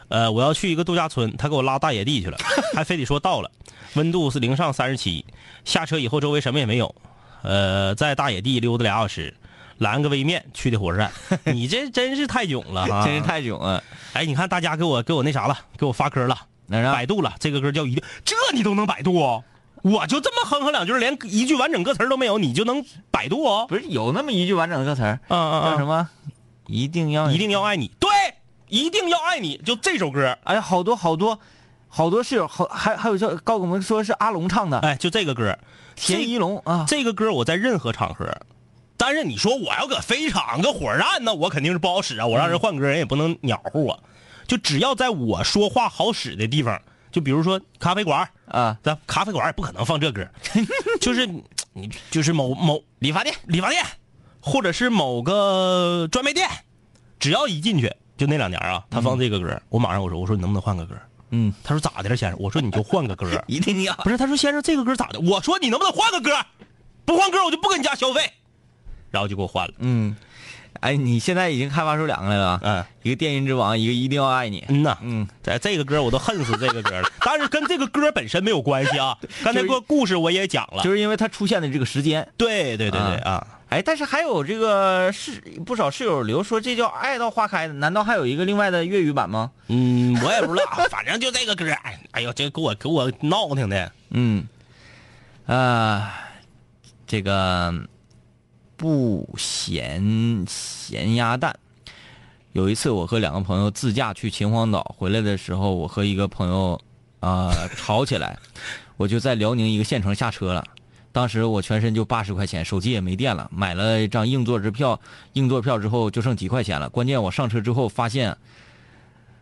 Speaker 4: 呃，我要去一个度假村，他给我拉大野地去了，还非得说到了，温度是零上三十七，下车以后周围什么也没有，呃，在大野地溜达俩小时，拦个微面去的火车站，你这真是太囧了 哈，
Speaker 3: 真是太囧了，
Speaker 4: 哎，你看大家给我给我那啥了，给我发歌了，
Speaker 3: 哪啥
Speaker 4: 百度了，这个歌叫一定，这你都能百度哦。我就这么哼哼两句，连一句完整歌词儿都没有，你就能百度哦？
Speaker 3: 不是有那么一句完整的歌词儿，
Speaker 4: 嗯嗯嗯
Speaker 3: 叫什么？一定要
Speaker 4: 一定要爱你，对，一定要爱你，就这首歌，
Speaker 3: 哎呀，好多好多，好多室友，好还还有叫告诉我们说是阿龙唱的《
Speaker 4: 哎，就这个歌，
Speaker 3: 田一龙》啊，
Speaker 4: 这个歌我在任何场合，但是你说我要搁飞场搁火车站呢，我肯定是不好使啊，我让人换歌人也不能鸟乎我，就只要在我说话好使的地方，就比如说咖啡馆儿
Speaker 3: 啊，
Speaker 4: 咱咖啡馆儿也不 可能放这歌，就是你就是某某理发店、理发店，或者是某个专卖店，只要一进去，就那两年啊，他放这个歌，我马上我说我说你能不能换个歌？
Speaker 3: 嗯，
Speaker 4: 他说咋的了，先生？我说你就换个歌。
Speaker 3: 一定要
Speaker 4: 不是，他说先生这个歌咋的？我说你能不能换个歌？不换歌我就不跟你家消费。然后就给我换了。
Speaker 3: 嗯，哎，你现在已经开发出两个来了啊，
Speaker 4: 嗯
Speaker 3: 一个《电音之王》，一个《一定要爱你》。
Speaker 4: 嗯呐，
Speaker 3: 嗯，
Speaker 4: 在这个歌我都恨死这个歌了，但是跟这个歌本身没有关系 啊。刚才个故事我也讲了，
Speaker 3: 就是因为它出现的这个时间，
Speaker 4: 对对对对啊，
Speaker 3: 哎，但是还有这个室不少室友留说这叫爱到花开的，难道还有一个另外的粤语版吗？
Speaker 4: 嗯，我也不知道， 反正就这个歌，哎哎呦，这给我给我闹腾的，
Speaker 3: 嗯，啊，这个不咸咸鸭蛋。有一次，我和两个朋友自驾去秦皇岛，回来的时候，我和一个朋友啊、吵起来，我就在辽宁一个县城下车了。当时我全身就八十块钱，手机也没电了，买了一张硬座支票，硬座票之后就剩几块钱了。关键我上车之后发现，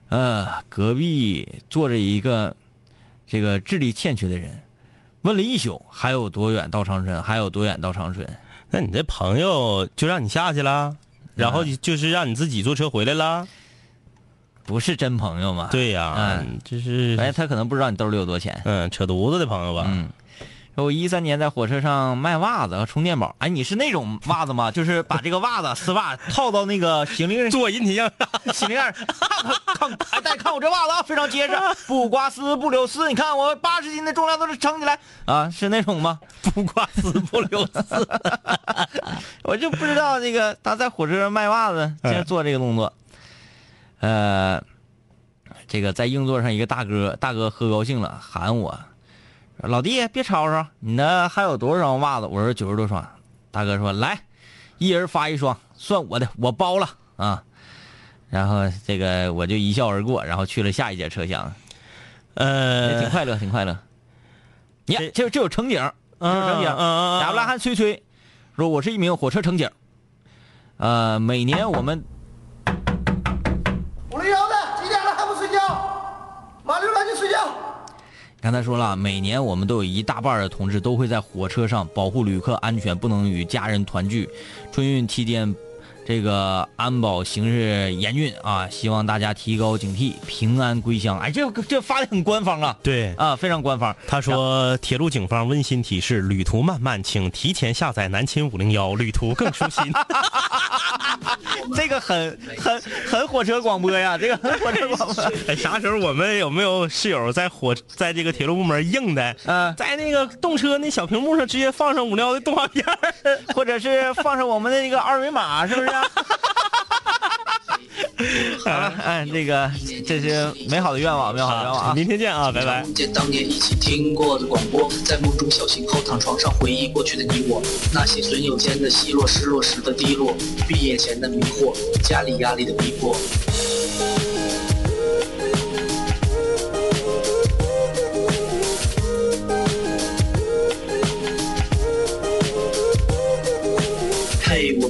Speaker 3: 呃，隔壁坐着一个这个智力欠缺的人，问了一宿，还有多远到长春？还有多远到长春？
Speaker 4: 那你这朋友就让你下去了，然后就是让你自己坐车回来了。
Speaker 3: 不是真朋友吗？，
Speaker 4: 对呀、
Speaker 3: 嗯
Speaker 4: 就是
Speaker 3: 哎，他可能不知道你兜里有多钱。
Speaker 4: 嗯扯犊子的朋友吧。
Speaker 3: 嗯，我一三年在火车上卖袜子和充电宝。哎，你是那种袜子吗？就是把这个袜子、丝袜套到那个行李
Speaker 4: 做引体向上，
Speaker 3: 行李盖儿，看看看，哎，大家看我这袜子啊，非常结实，不刮丝不流丝。你看我八十斤的重量都是撑起来啊，是那种吗？
Speaker 4: 不挂丝不留丝。
Speaker 3: 我就不知道这个他在火车上卖袜子，竟然
Speaker 4: 哎
Speaker 3: 做这个动作。呃，这个在硬座上一个大哥，大哥喝高兴了，喊我说：“老弟，别吵吵，你那还有多少双袜子？”我说：“九十多双。”大哥说：“来，一人发一双，算我的，我包了啊。”然后这个我就一笑而过，然后去了下一节车厢，也挺
Speaker 4: 呃，
Speaker 3: 快乐，挺快乐。你看
Speaker 4: 这
Speaker 3: 这这有乘警，这有乘警，
Speaker 4: 嗯嗯嗯
Speaker 3: 亚布拉罕崔崔说：“我是一名火车乘警，呃，每年我们
Speaker 7: 五零幺的几点了还不睡觉？马六赶紧睡觉！
Speaker 3: 刚才说了，每年我们都有一大半的同志都会在火车上保护旅客安全，不能与家人团聚。春运期间，这个安保形势严峻啊，希望大家提高警惕，平安归乡。哎，这这发的很官方啊，
Speaker 4: 对
Speaker 3: 啊，非常官方。
Speaker 4: 他说，铁路警方温馨提示：旅途漫漫，请提前下载南秦五零幺，旅途更舒心。
Speaker 3: 这个很很很火车广播呀，这个很火车广播。
Speaker 4: 哎，啥时候我们有没有室友在火在这个铁路部门硬的？
Speaker 3: 嗯
Speaker 4: 在那个动车那小屏幕上直接放上五零幺的动画片儿
Speaker 3: 或者是放上我们的那个二维码，是不是、啊？ 好了，哎，这个这是美好的愿望，美好的愿望啊！
Speaker 4: 明天见啊，拜拜。
Speaker 8: 梦见当年一起听过的广播，在梦中小醒后躺床上回忆过去的你我，那些损友间的奚落，失落时的低落，毕业前的迷惑，家里压力的逼迫。嘿，我